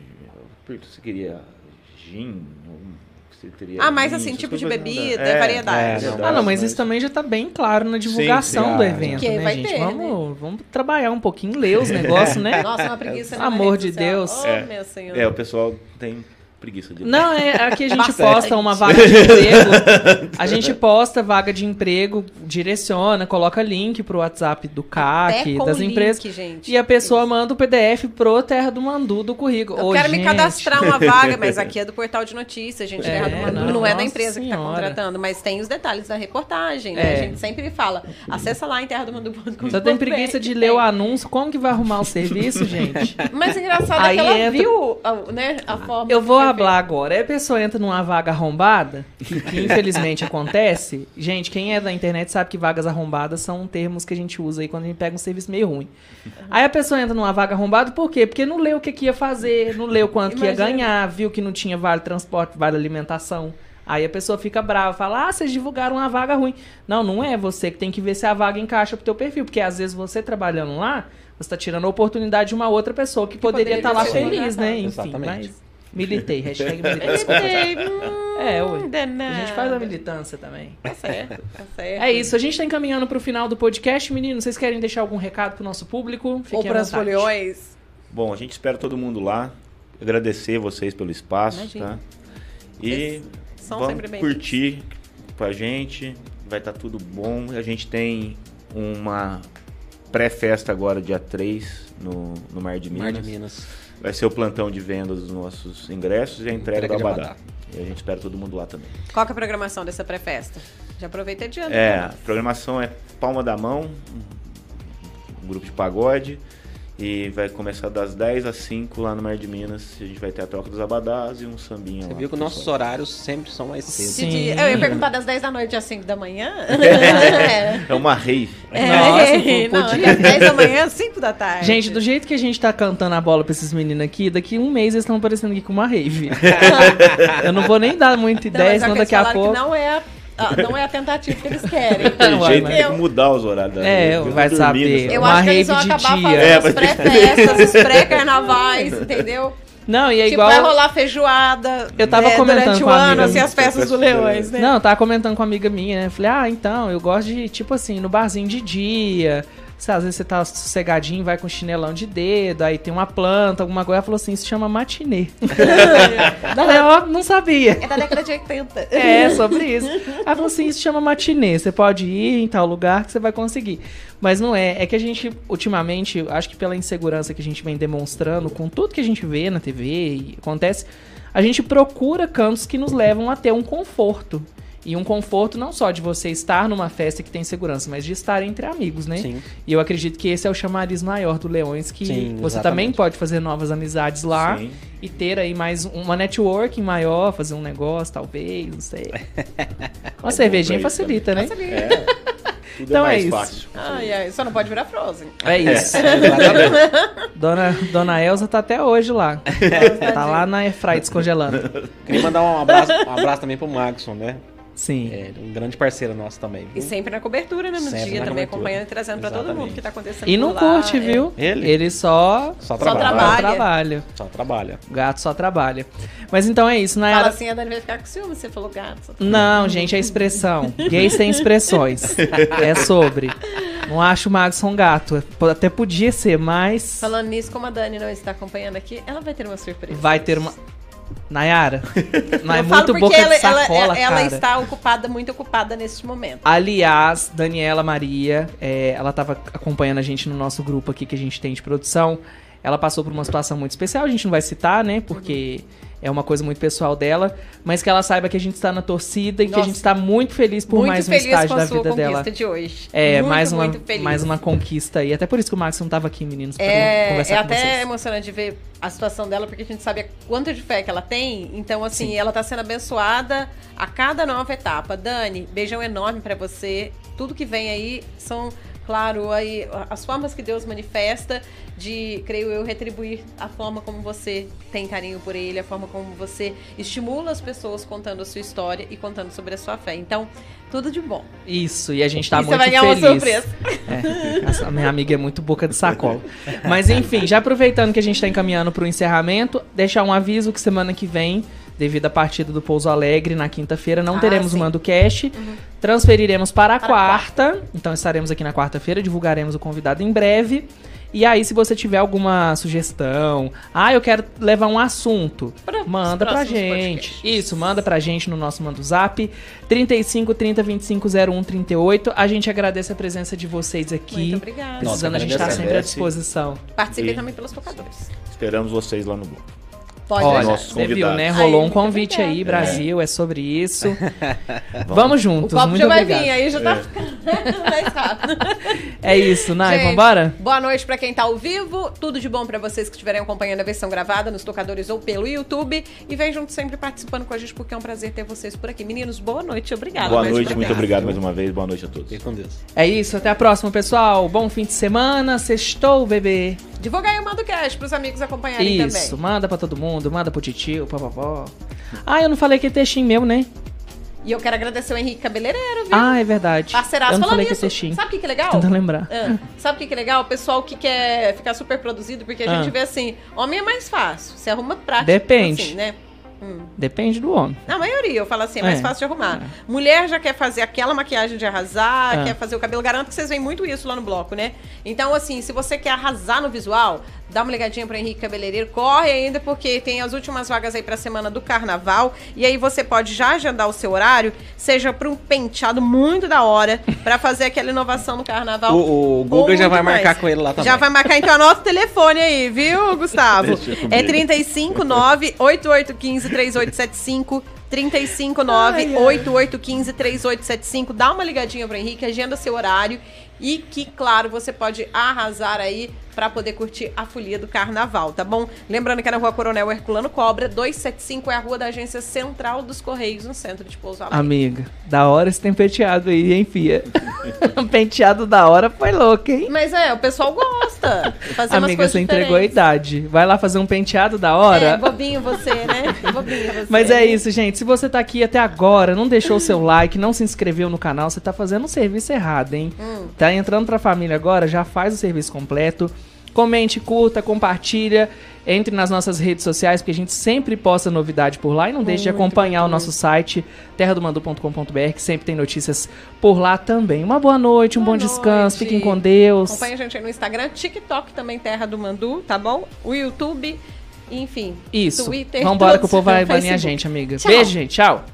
Se queria gin, se teria.
Ah, mas
gin,
assim,
essas
tipo de
coisas não,
bebida,
né?
variedade.
é,
Ah, não, mas isso também já tá bem claro na divulgação
Sim, sim.
do
Ah,
evento,
que
né,
vai
gente?
ter,
vamos, vamos trabalhar um pouquinho, ler os negócios, né?
Nossa, uma preguiça. né, na
Amor
rede
de
social.
Deus. Tá
Oh,
É.
meu senhor.
É, o pessoal tem preguiça de
Não, é aqui a gente
Tá certo.
posta uma vaga de emprego. A gente posta vaga de emprego, direciona, coloca link pro WhatsApp do
Até
CAC,
com
das
link,
empresas.
gente.
E a pessoa manda o PDF pro Terra do Mandu do currículo.
Eu
Ô,
quero me
gente,
cadastrar uma vaga, mas aqui é do portal de notícias, gente.
É,
Terra do Mandu,
não,
não, é da
nossa
empresa que está
senhora.
contratando, mas tem os detalhes da reportagem, né?
É.
A gente sempre fala. Acessa lá em terradomandu.com.
Só tem preguiça de ler o anúncio. Como que vai arrumar o serviço, gente?
É. Mas engraçado
Aí
é que ela
entra- Ah,
viu a, né, a forma.
Eu vou
que foi
hablar agora. Aí a pessoa entra numa vaga arrombada, que, que infelizmente acontece. Gente, quem é da internet sabe que vagas arrombadas são termos que a gente usa aí quando a gente pega um serviço meio ruim. Aí a pessoa entra numa vaga arrombada, por quê? Porque não leu o que, que ia fazer, não leu quanto que ia
Imagina.
ganhar, viu que não tinha vale transporte, vale alimentação. Aí a pessoa fica brava, fala: "Ah, vocês divulgaram uma vaga ruim". Não, não é você que tem que ver se a vaga encaixa pro teu perfil, porque às vezes você trabalhando lá, você tá tirando a oportunidade de uma outra pessoa que poderia
poderia
estar lá
ser
feliz, né?
contratada.
Enfim,
Exatamente.
mas militei, hashtag militei.
feita.
Desculpa, gente.
Ei, hum,
É, ué. A
danada.
gente faz a militância também.
Tá certo, tá certo.
É isso, a gente tá encaminhando pro final do podcast, meninos. Vocês querem deixar algum recado pro nosso público? Fiquem
Ou
à
pras
vontade.
foliões.
Bom, a gente espera todo mundo lá. Agradecer vocês pelo espaço,
Imagina.
tá? E
Vocês são sempre
vamos
bem-vindos.
curtir com a gente. Vai estar tudo bom. A gente tem uma pré-festa agora, dia 3, no, no Mar de, Minas.
Mar de Minas.
Vai ser o plantão de venda dos nossos ingressos e a entrega,
Entrega
do
de
Abadá.
Abadá.
E a gente espera todo mundo lá também.
Qual que é a programação dessa pré-festa? Já aproveita e adianta.
É,
né?
a programação é Palma da Mão, um grupo de pagode. E vai começar das 10 às 5 lá no Mar de Minas. A gente vai ter a troca dos abadás e um sambinha
Você
lá.
viu que
pro
nossos
pessoal.
horários sempre são mais cedo.
Se
Sim.
de- Eu ia perguntar das 10 da noite às 5 da manhã. É.
É uma rave.
É,
Nossa, pô,
não,
podia.
é às 10 da manhã, 5 da tarde.
Gente, do jeito que a gente tá cantando a bola pra esses meninos aqui, daqui um mês eles estão aparecendo aqui com uma rave. Eu não vou nem dar muita
Não, mas
ideia,
é o
senão
que eles
daqui a
falaram
pouco.
que não é, a, ah, não é a tentativa que eles querem.
Tem
Uai,
jeito
mas-
que tem que mudar os horários. da
É,
rave. Eu tô
vai
dormindo,
saber.
sabe?
Eu
Uma
acho que eles vão
rave de
acabar
dia.
falando
É,
as
mas-
pré-festas, os pré-carnavais, entendeu?
Não, e é
tipo,
igual.
vai rolar feijoada
Eu tava
né,
comentando
durante
com um
o
a
ano,
amiga
assim,
minha.
as festas do Leões, né?
Não, eu tava comentando com uma amiga minha, né? Falei, ah, então, eu gosto de, tipo assim, no barzinho de dia. Sei, às vezes você tá sossegadinho, vai com chinelão de dedo, aí tem uma planta, alguma coisa. Ela falou assim, isso chama matinê. Daí ela não sabia.
É da década de 80.
É, sobre isso. Ela falou assim, isso chama matinê. Você pode ir em tal lugar que você vai conseguir. Mas não é. É que a gente, ultimamente, acho que pela insegurança que a gente vem demonstrando, com tudo que a gente vê na TV e acontece, a gente procura cantos que nos levam a ter um conforto. E um conforto não só de você estar numa festa que tem segurança, mas de estar entre amigos, né?
Sim.
E eu acredito que esse é o chamariz maior do Leões, que
Sim,
você
exatamente.
também pode fazer novas amizades lá
Sim.
e ter aí mais um, uma networking maior, fazer um negócio, talvez, não sei. Uma cervejinha
pra isso
facilita, né?
É. Tudo
Então é
é mais
isso.
fácil.
Ai, ai, só não pode virar Frozen.
É isso.
Exatamente.
Dona, Dona Elza tá até hoje lá. tá lá na Airfry descongelando.
Queria mandar um abraço, um abraço também pro Maxon, né?
Sim.
É, um grande parceiro nosso também.
E
viu?
sempre na cobertura, né? No
Sempre
dia
na
também,
cobertura.
acompanhando e trazendo pra todo mundo o que tá acontecendo.
E não
por lá.
curte,
É.
viu?
Ele?
Ele só...
Só
trabalha.
trabalha.
trabalha.
Só trabalha.
O gato só trabalha. Mas então é isso, Nayara.
Fala assim, a Dani vai ficar com ciúme, você falou gato.
Não, gente, é expressão. Gays têm expressões. É sobre. Não acho o Magson um gato. Até podia ser, mas.
Falando nisso, como a Dani não está acompanhando aqui, ela vai ter uma surpresa.
Vai ter uma. Nayara, não é
Eu falo
muito
porque
boca
ela,
de sacola,
ela, ela
cara.
está ocupada, muito ocupada neste momento.
Aliás, Daniela Maria, é, ela tava acompanhando a gente no nosso grupo aqui que a gente tem de produção. Ela passou por uma situação muito especial, a gente não vai citar, né? Porque é uma coisa muito pessoal dela. Mas que ela saiba que a gente está na torcida e que a
Nossa.
gente está muito feliz por
muito
mais um
feliz
estágio
com
da
a sua
vida
conquista
dela.
de hoje.
É,
muito,
mais, uma,
muito feliz.
mais uma conquista aí. Até por isso que o Max não tava aqui, meninos, pra
É,
Tá conversar
é
com
até
vocês.
emocionante ver a situação dela, porque a gente sabe quanto de fé que ela tem. Então, assim, ela tá sendo abençoada a cada nova etapa. Dani, beijão enorme pra você. Tudo que vem aí são, claro, aí as formas que Deus manifesta de, creio eu, retribuir a forma como você tem carinho por ele, a forma como você estimula as pessoas contando a sua história e contando sobre a sua fé. Então, tudo de bom.
Isso, e a gente tá
e você
muito
vai ganhar
feliz.
uma surpresa.
É, essa minha amiga é muito boca de sacola. Mas enfim, já aproveitando que a gente tá encaminhando pro encerramento, deixar um aviso que semana que vem, devido à partida do Pouso Alegre na quinta-feira, não
Ah,
teremos
sim.
o Mando Cash. Transferiremos Uhum. para a
Para a
quarta. Então estaremos aqui na quarta-feira, divulgaremos o convidado em breve. E aí, se você tiver alguma sugestão, ah, eu quero levar um assunto,
Para os
manda pra
próximos
gente.
podcasts.
Isso, manda pra gente no nosso manda o zap 35 30 25 01 38. A gente agradece a presença de vocês aqui.
Muito obrigada.
Nossa,
Precisando, a gente tá
agradece.
sempre à disposição.
Participem
E-
também pelos tocadores.
Esperamos vocês lá no grupo.
Pode
Olha,
deixar.
Nossos
você viu, né?
convidados.
Rolou
Aí,
um convite
obrigada.
aí, Brasil, é, sobre isso. Vamos
O
juntos,
copo
muito É.
já vai
obrigado.
vir, aí já tá ficando mais rápido.
É isso, Nai,
Gente,
vambora?
Boa noite pra quem tá ao vivo. Tudo de bom pra vocês que estiverem acompanhando a versão gravada nos tocadores ou pelo YouTube. E vem junto sempre participando com a gente, porque é um prazer ter vocês por aqui. Meninos, boa noite. Obrigada.
Boa
mais
noite,
uma
muito
vez.
obrigado mais uma vez. Boa noite a todos.
Fique com Deus.
É isso, até a próxima, pessoal. Bom fim de semana, sextou, bebê.
Divulga aí o Mando Cash pros amigos acompanharem
Isso,
também.
manda pra todo mundo, manda pro titio, pra vovó. Ah, eu não falei que é textinho meu, né?
E eu quero agradecer o Henrique Cabeleireiro, viu?
Ah, é verdade.
Parceiraço
eu não
falando
falei
isso.
que é textinho.
Sabe o que, que é legal?
Tentando lembrar.
Ah, sabe o que, que é legal? O pessoal que quer ficar super produzido, porque a
Ah.
gente vê assim, homem é mais fácil, você arruma prática.
Depende.
Assim, né? Hum.
Depende do homem.
Na maioria, eu falo assim, é mais
É.
fácil de arrumar. Mulher já quer fazer aquela maquiagem de arrasar,
Ah.
quer fazer o cabelo. Garanto que vocês veem muito isso lá no bloco, né? Então, assim, se você quer arrasar no visual, dá uma ligadinha pro Henrique Cabeleireiro. Corre ainda, porque tem as últimas vagas aí pra semana do carnaval. E aí você pode já agendar o seu horário, seja pra um penteado muito da hora, pra fazer aquela inovação no carnaval.
O, o
Então,
Guga
Ou
já vai
muito mais.
marcar com ele lá também.
Já vai marcar, então anota o telefone aí, viu, Gustavo?
Deixa comigo.
É 359-8815-3875. 359-8815-3875. Dá uma ligadinha pro Henrique, agenda seu horário. E que, claro, você pode arrasar aí pra poder curtir a folia do carnaval, tá bom? Lembrando que é na rua Coronel Herculano Cobra, 275 é a rua da agência central dos Correios, no centro de Pouso Alegre.
Amiga, da hora esse tem penteado aí, hein, fia? Um penteado da hora foi louco, hein?
Mas é, o pessoal gosta. Fazer umas
Amiga,
coisas
você entregou a
diferentes.
idade. Vai lá fazer um penteado da hora?
É, bobinho você, né? Bobinho você.
Mas é isso, gente. Se você tá aqui até agora, não deixou o seu like, não se inscreveu no canal, você tá fazendo um serviço errado, hein?
Hum.
Tá entrando pra família agora, já faz o serviço completo. Comente, curta, compartilha, entre nas nossas redes sociais, porque a gente sempre posta novidade por lá. E não deixe de
Muito
acompanhar o nosso site, terradomandu.com.br, que sempre tem notícias por lá também. Uma boa noite, um
Boa
bom
noite.
descanso, fiquem com Deus.
Acompanha a gente aí no Instagram, TikTok também, Terra do Mandu, tá bom? O YouTube, enfim.
Isso.
Twitter,
Vamos Vambora
todos,
que o povo vai banir
Facebook.
a gente, amiga.
Tchau.
Beijo, gente. Tchau.